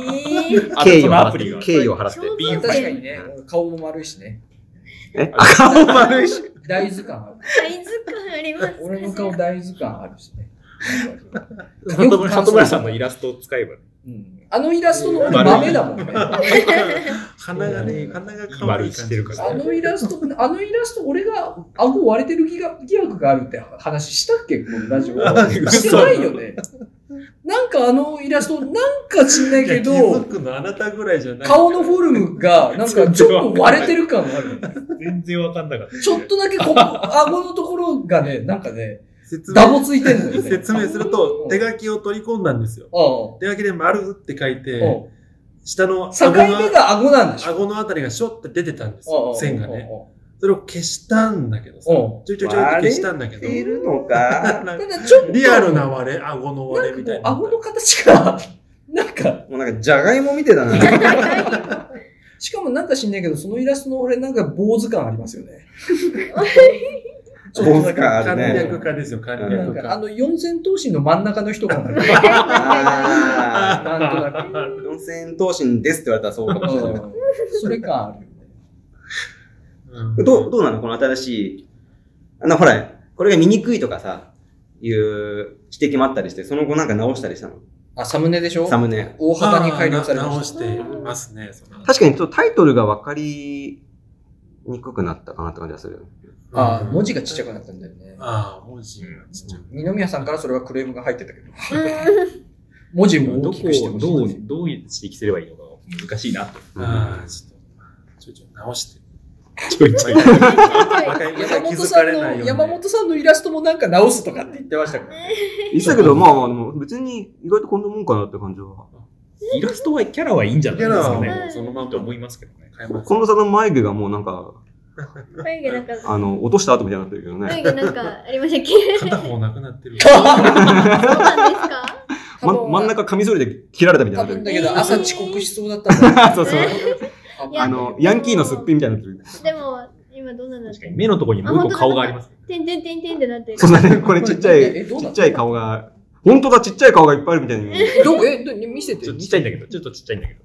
S5: 敬意を
S2: その
S5: 払
S2: ア
S5: っ
S2: プリが
S5: て。敬意を払って。
S2: 確かにね、顔も丸いしね。
S5: え顔丸いし。
S2: 大豆感ある。
S1: 大図鑑あります。
S2: 俺の顔大豆感ある しね。
S9: 里村里村さんのイラストを使えばね。
S2: あのイラストの俺豆だもんね。
S4: 鼻がね、鼻が可愛
S9: 丸
S4: い
S9: いしてるから
S2: あ。のイラスト、あのイラスト、俺が顎割れてる疑惑疑惑があるって話したっけこのラジオ。してないよね。なんかあのイラスト、なんか知んないけ
S4: いや気
S2: ど
S4: づ、くのあなたぐらいじゃない。
S2: 顔のフォルムが、なんかちょっと割れてる感がある。
S9: 全然わかんなかった。
S2: ちょっとだけ ここ、顎のところがね、なんかね、
S4: 説明
S2: ダボついてるのよね。
S4: 説明すると、手書きを取り込んだんですよ。
S2: 手
S4: 書きで丸って書いて、下の
S2: 境目が顎なんで
S4: しょ顎のあたりがショッて出てたんです
S2: おうおうおうお
S4: よ
S2: う
S4: 線がねそれを消したんだけどさち
S2: お
S4: ょいちょいちょいって消したんだけど
S2: 割れてる
S4: の
S2: か
S4: ちょっとリアルな割れ顎の割れみたいな顎
S2: の形が
S5: もうなんか、じゃがいもみてえだな。
S2: しかもなんか知んないけど、そのイラストの俺なんか坊主感ありますよね。
S5: 坊主感あるね
S4: 簡略化ですよ簡
S2: な
S4: 略
S2: ん
S4: 化
S2: かあの四千頭身の真ん中の人感がある。
S5: なんとなく。四千頭身ですって言われたらそうかもしれない。
S2: それかある。
S5: どう、どうなのこの新しい。あの、ほら、これが見にくいとかさ、いう指摘もあったりして、その後なんか直したりしたの
S2: あ、サムネでしょ
S5: サムネ。
S2: 大幅に改良されま
S4: 直してますねその
S5: 確かにちょっとタイトルが分かりにくくなったかなって感じがするよね。
S2: あー文字がちっちゃくなったんだよね。
S4: ああ、文字がちっちゃく
S2: 二宮さんからそれはクレームが入ってたけど。文字も大きくしてほしい
S9: どこをどう、どう指摘すればいいのか難しいなと。
S4: ああ、ちょっと、ちょいちょい直して。
S9: ちょいちょい。
S2: 山本さんの、山本さんのイラストもなんか直すとかって言ってましたからね。
S5: 言ってたけど、まあ、でも別に意外とこんなもんかなって感じは。
S9: イラストは、キャラはいいんじゃないですか
S5: キャラは
S9: ね。そのままと思いますけどね。
S5: 近藤さんの眉毛がもうなんか、
S1: 眉毛なんか、
S5: あの、落とした後みたいになってるけどね。
S1: 眉毛なんかありましたっけ
S4: 片方なくなってる。
S1: そうなんですか
S5: ま、真ん中カミソリで切られたみたいになって
S2: だ
S5: る。
S2: けど朝遅刻しそうだったん だよ
S5: そうそう。あの、ヤンキーのすっぴんみたいになってる。
S1: でも、今どうなんだっけ
S9: 目のところにもう一個顔があります。
S1: てんてんてんてんってなってる。
S5: そうだね、これちっちゃい、ちっちゃい顔が、本当だ、ちっちゃい顔がいっぱいあるみたいに。
S2: どこ え、ど見せて。
S9: ちょっとちっちゃいんだけど、ちょっとちっちゃいんだけど。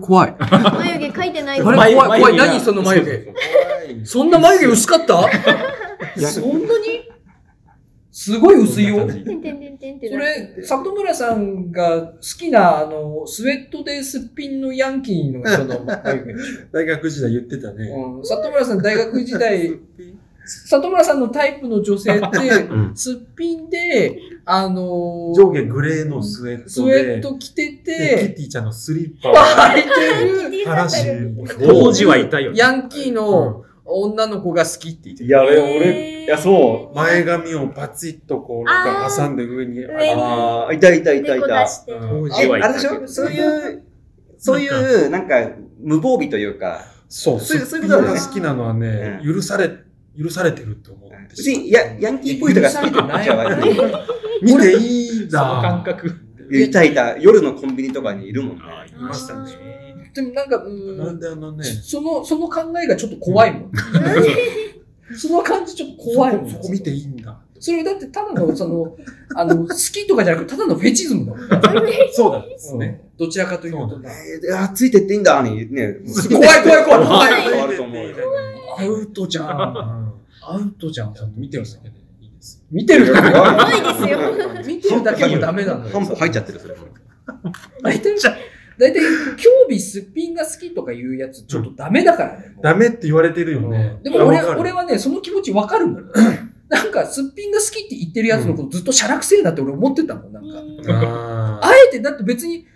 S5: 怖い。
S1: 眉毛描いてない
S2: あれ怖い怖い何その眉毛。そんな眉毛薄かった そんなにすごい薄いよ。
S1: てんてんてんてんって
S2: そ
S1: なってる。
S2: れ、里村さんが好きな、あの、スウェットですっぴんのヤンキーの人の眉毛でしょ。
S4: 大学時代言ってた ね。
S2: うん里村さん大学時代、里村さんのタイプの女性 って、すっぴんで、あのー
S4: 上下グレーのスウェットで。
S2: スウェット着て
S4: でキ
S2: て、
S4: ティちゃんのスリッパ
S2: 履いる
S4: て話。
S9: 当時はいたよね
S2: ヤンキーの女の子が好きって言って
S4: いや、俺、いや、そう。前髪をパチッとこう、なんか挟んで上に。
S5: ああ、いたいたいたいた。
S4: 当
S5: えあれでしょそういう、そういう、なんか、無防備というか。
S4: そう、
S5: そういう
S4: す
S5: そう
S4: っ
S5: いう
S4: ぴ
S5: ことだ
S4: ん
S5: よ
S4: が
S5: ね。
S4: 好きなのはね、許され、許されてると思って。
S5: 別にヤヤンキーっぽいとか好きなじゃない。
S4: 見ていいんだ。感
S9: 覚。
S5: いたいた、夜のコンビニとかにいるもんね。い
S4: ましたね。
S2: でもなんか、うん
S4: なんであのね、
S2: その、その考えがちょっと怖いもん。その感じちょっと怖いもん。そこ
S4: 見ていいんだ。
S2: それだってただの、その、あの、好きとかじゃなくて、ただのフェチズムだもん。
S4: そうだですね。
S2: どちらかというと。
S5: や、ついてっていいんだ、に、ね。
S2: 怖い怖い怖い怖い
S5: 変わると思うよ。
S2: アウトじゃん。アウトじゃん。
S4: 見てるだけでいいです。
S2: 見てるだけ
S4: 怖
S2: いですよ見てるだけもダメなんだよ
S5: 半歩入っちゃってる、それ。
S2: 大体、大体、興味すっぴんが好きとかいうやつ、ちょっとダメだからね。
S4: ダメって言われてるよね。
S2: でも俺
S4: わかる
S2: 俺はね、その気持ちわかるも ん。なんか、すっぴんが好きって言ってるやつのことずっとしゃらくせえなって俺思ってたもん、なんか。
S4: あ
S2: えて、だって別に、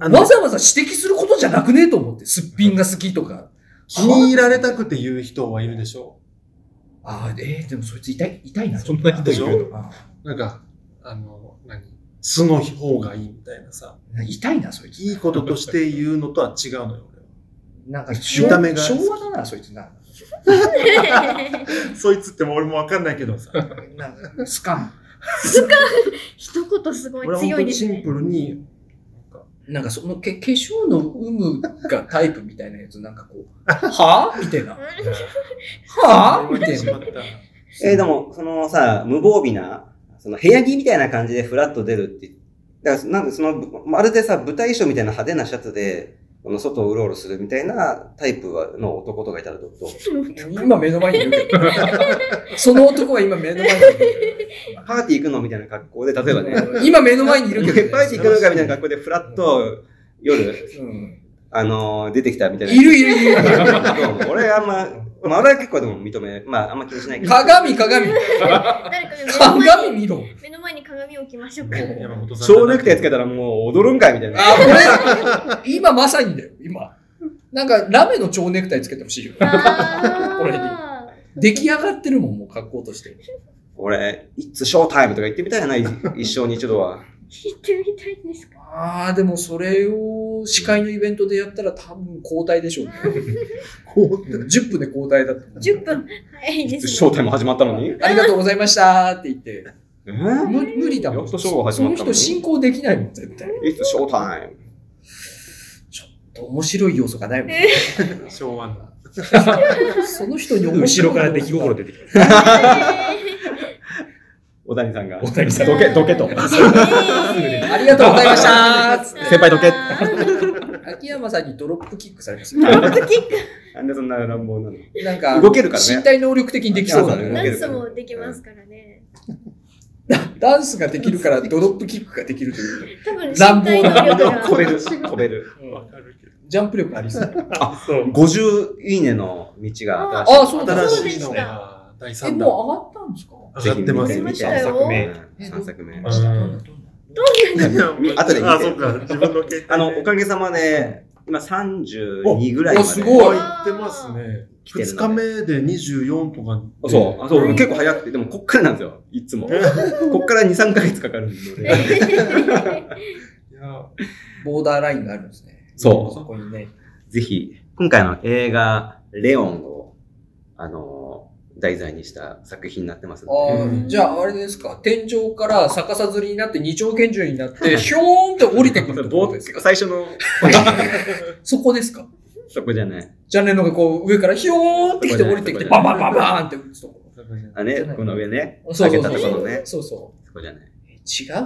S2: わざわざ指摘することじゃなくねえと思って、すっぴんが好きとか。
S4: 気に入られたくて言う人はいるでしょ
S2: ああ、えーでもそいつ痛い、痛いな。そん
S9: な人
S4: いる
S2: の
S4: なんか、あの、何素の方がいいみたいなさ。
S2: 痛いな、そいつ。
S4: いいこととして言うのとは違うのよ、
S2: なんか、
S4: 見た目が
S2: 昭和だな、そいつな。
S4: 俺は。そいつっても俺もわかんないけ どさ。
S2: なんかスカン。
S1: すか一言すご
S4: 俺
S1: い
S4: は本
S1: 強
S4: 当
S1: い
S4: に
S1: です
S4: シン
S1: ね。
S4: プルに、
S2: なんかそのけ化粧の有無がタイプみたいなやつ、なんか こう、はぁみたいな。はぁみたいな。
S5: えーでも、そのさ、無防備な、その部屋着みたいな感じでフラッと出るって。だから、なんかその、まるでさ、舞台衣装みたいな派手なシャツで、この外をうろうろするみたいなタイプはの男とかいたらどうどう
S2: 今目の前にいるけど。 その男は今目の前にいる。
S5: パーティー行くのみたいな格好で、例えばね。
S2: 今目の前にいるけどね
S5: パーティー行くのかみたいな格好で、フラッと夜、あのー、出てきたみたいな。
S2: いるいるいる
S5: そう俺あんま、まあ俺は結構でも認め、まああんま気にしないけど。
S2: 鏡鏡
S1: 誰か目の前に
S2: 鏡見ろ。
S1: 目の前に鏡置きましょうか。
S5: 小ネクタイつけたらもう踊るんかいみたいな。
S2: あ、これ、今まさにだよ、今。なんか、ラメの蝶ネクタイつけてほしいよ。これに。出来上がってるもん、もう格好として。
S5: 俺、いつショータイムとか言ってみたいな、一生に一度は。
S1: 行ってみたいんですか
S2: ああ、でもそれを司会のイベントでやったら多分交代でしょ うね。10分で交代だった。
S1: ?10 分。早いです、ね。
S5: ショータイム始まったのに。
S2: ありがとうございましたって言って。
S5: え
S2: 無無理だもん。
S5: ショーが始まった
S2: そ
S5: の
S2: の人
S5: に
S2: 進行できないもん、絶対。
S5: いつショータイム。
S2: 面白い要素がないもん。
S15: 昭和な。
S2: その人に面
S9: 後
S2: 白
S9: ろ
S2: い
S9: から出来心出てき
S5: 小谷さんが。
S9: 小谷さん
S5: どけ、どけと。
S2: ありがとうございましたー
S5: 先輩どけ。
S2: 秋山さんにドロップキックされます
S5: なんでなんでそんな乱暴なの
S2: なんか、
S5: 動けるからね
S2: 身体能力的にできそうだ
S5: 秋山さんね動
S1: も
S2: ね。
S5: けるから
S1: うできますからね。
S2: ダンスができるからドロップキックができるという。
S1: 多分身
S2: 乱暴
S1: 体能力が。
S5: 飛べる、飛べる。
S2: ジャンプ力ありそう。
S5: あ、50いいねの道が
S2: ああ、そうだ、
S15: 新
S2: そう
S15: しい
S2: で
S15: の
S2: し
S15: が
S2: た。
S15: 第
S2: え、
S15: 3弾。
S2: もう上がったんですか
S5: ぜひ見て
S4: 上がっ
S5: み
S4: て
S5: て
S1: ま
S5: み
S1: す
S5: て。3作目
S1: 上。
S5: 3作目。
S15: うん
S5: あとで見
S4: あ、
S5: て
S4: そっ。か。自分の携帯で。
S5: あの、おかげさまで、今32ぐらいまで。
S2: おすごい
S15: 行ってますね。
S5: 来てるので
S4: 二日目で24とか。
S5: あそう、あそう、結構早くて、でもこっからなんですよ、いつも。こっから2、3ヶ月かかるので。
S15: いや、
S2: ボーダーラインがあるんですね。
S5: そ う
S2: そこにね。
S5: ぜひ、今回の映画、レオンを、あのー、題材にした作品になってます
S2: あ
S5: ので。
S2: ーじゃあ、あれですか、天井から逆さずりになって二丁拳銃にな って、ひょーんって降りてくるってことですか
S5: 最初の、
S2: そこですか
S5: そこじゃない。
S2: じゃねのがこう上からひょーんってきて降りてきて、バンバンバンバンって打つところ。
S5: あ
S2: じ
S5: ね
S2: ゃない、
S5: この上ね。
S2: そうそ
S5: 下げ
S2: う
S5: たとこ
S2: そ
S5: ろ
S2: う。
S5: ね。
S2: そうそ
S5: そこじゃない。
S2: う。違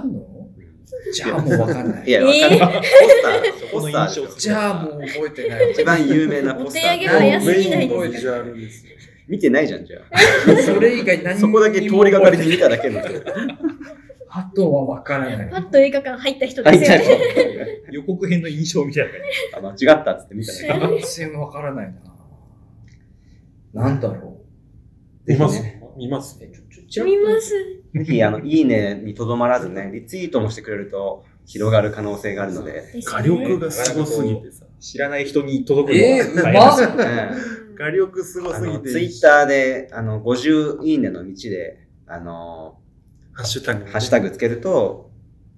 S2: うのじゃあもうわかんないい。
S5: や、わかんない。ポスター、ポスターでしょ。
S2: じゃあもう覚えてない。
S5: 一番有名なポ
S1: お
S5: スタ
S1: 手
S5: ー
S1: 上げ。早すぎな
S15: メイ
S1: い
S15: ン
S1: で
S15: の
S1: す
S15: ビジュアルですよ。
S5: 見てないじゃん、じゃ
S2: それ以外
S5: あ。
S2: 何
S5: そこだけ通りがかりで見ただ けの。
S2: あとはわからな
S1: か。パ
S2: い。
S1: ッと映画館入った人
S5: あ、
S1: で
S5: い
S1: すよ
S5: た
S1: ね。
S9: て、予告編の印象みたいな感
S5: あ間違ったっつって見ただけ。
S2: 全然わからないな。なんだろ
S15: 見ます見ます
S2: う。えちょちょちょ
S1: 見ます。
S5: ぜひ、あの、いいねにとどまらずね、リツイートもしてくれると広がる可能性があるので。
S1: ですね
S4: 火力がすごすぎてさ。
S9: じ。知らない人に届くの
S2: えー、
S9: は
S2: う
S9: 大変です
S2: まっ
S5: うん
S4: 火力すご
S5: あ
S4: すぎ
S5: の
S4: て。
S5: ツイッターで、あの、50いいねの道で、あの、
S15: ハッシュタグ。、
S5: ハッシュタグつけると、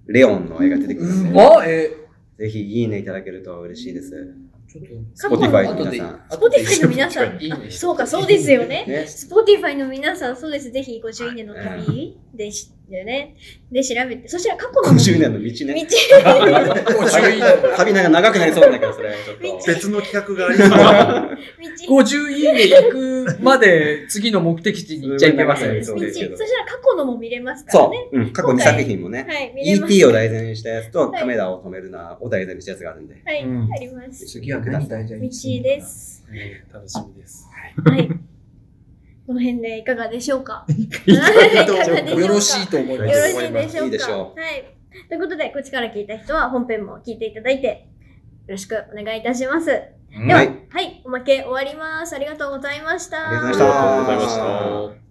S5: レオンの絵が出てく
S2: う
S5: るので、
S2: まっえ
S5: ぜひいいねいただけると嬉しいです。
S2: ちょっと、
S1: 過去の
S5: Spotify
S2: 後でいい
S5: 皆さん。
S1: スポティファイの皆さん。
S2: いいね
S1: あそうか、そうですよね。
S5: ね。
S1: スポティファイの皆さん、そうです。ぜひ50年の旅でしたよね。で、調べて。そしたら過去の
S5: 50年の道ね。
S1: 道、
S2: 50いいね。
S5: 旅なんか長くなりそうなんだけど、それ。ちょっ
S1: 道
S5: と。
S4: 別の企画がありそう。
S1: 道、道。
S2: 50いいね行くまで次の目的地に行っちゃいけません。
S5: そ
S1: そう
S5: です
S1: した
S5: けど
S1: ら過去のも見れますから
S5: そ
S1: ね。
S5: う。うん。過去2作品もね。
S1: はい、見れます。
S5: E.T. を題材にしたやつと、
S1: はい
S5: カメラを止めるなを題材にしたやつがあるんで。
S1: はいう
S15: ん
S1: あります。
S2: 次は何大事
S1: 道です。
S15: えー楽しみです。
S1: はい。この辺でいかがでしょうかいかがでしょうか
S2: よろしいと思い
S1: よ
S2: ま
S1: ろ
S2: す。
S1: しいでしょうか
S5: いいでしょ
S1: はい。ということで、こっちから聞いた人は本編も聞いていただいて、よろしくお願いいたします。では、
S5: は
S1: はいい、おまけ終わります。ありがとうございました。
S5: ありがとうございました
S9: ありがとうございました。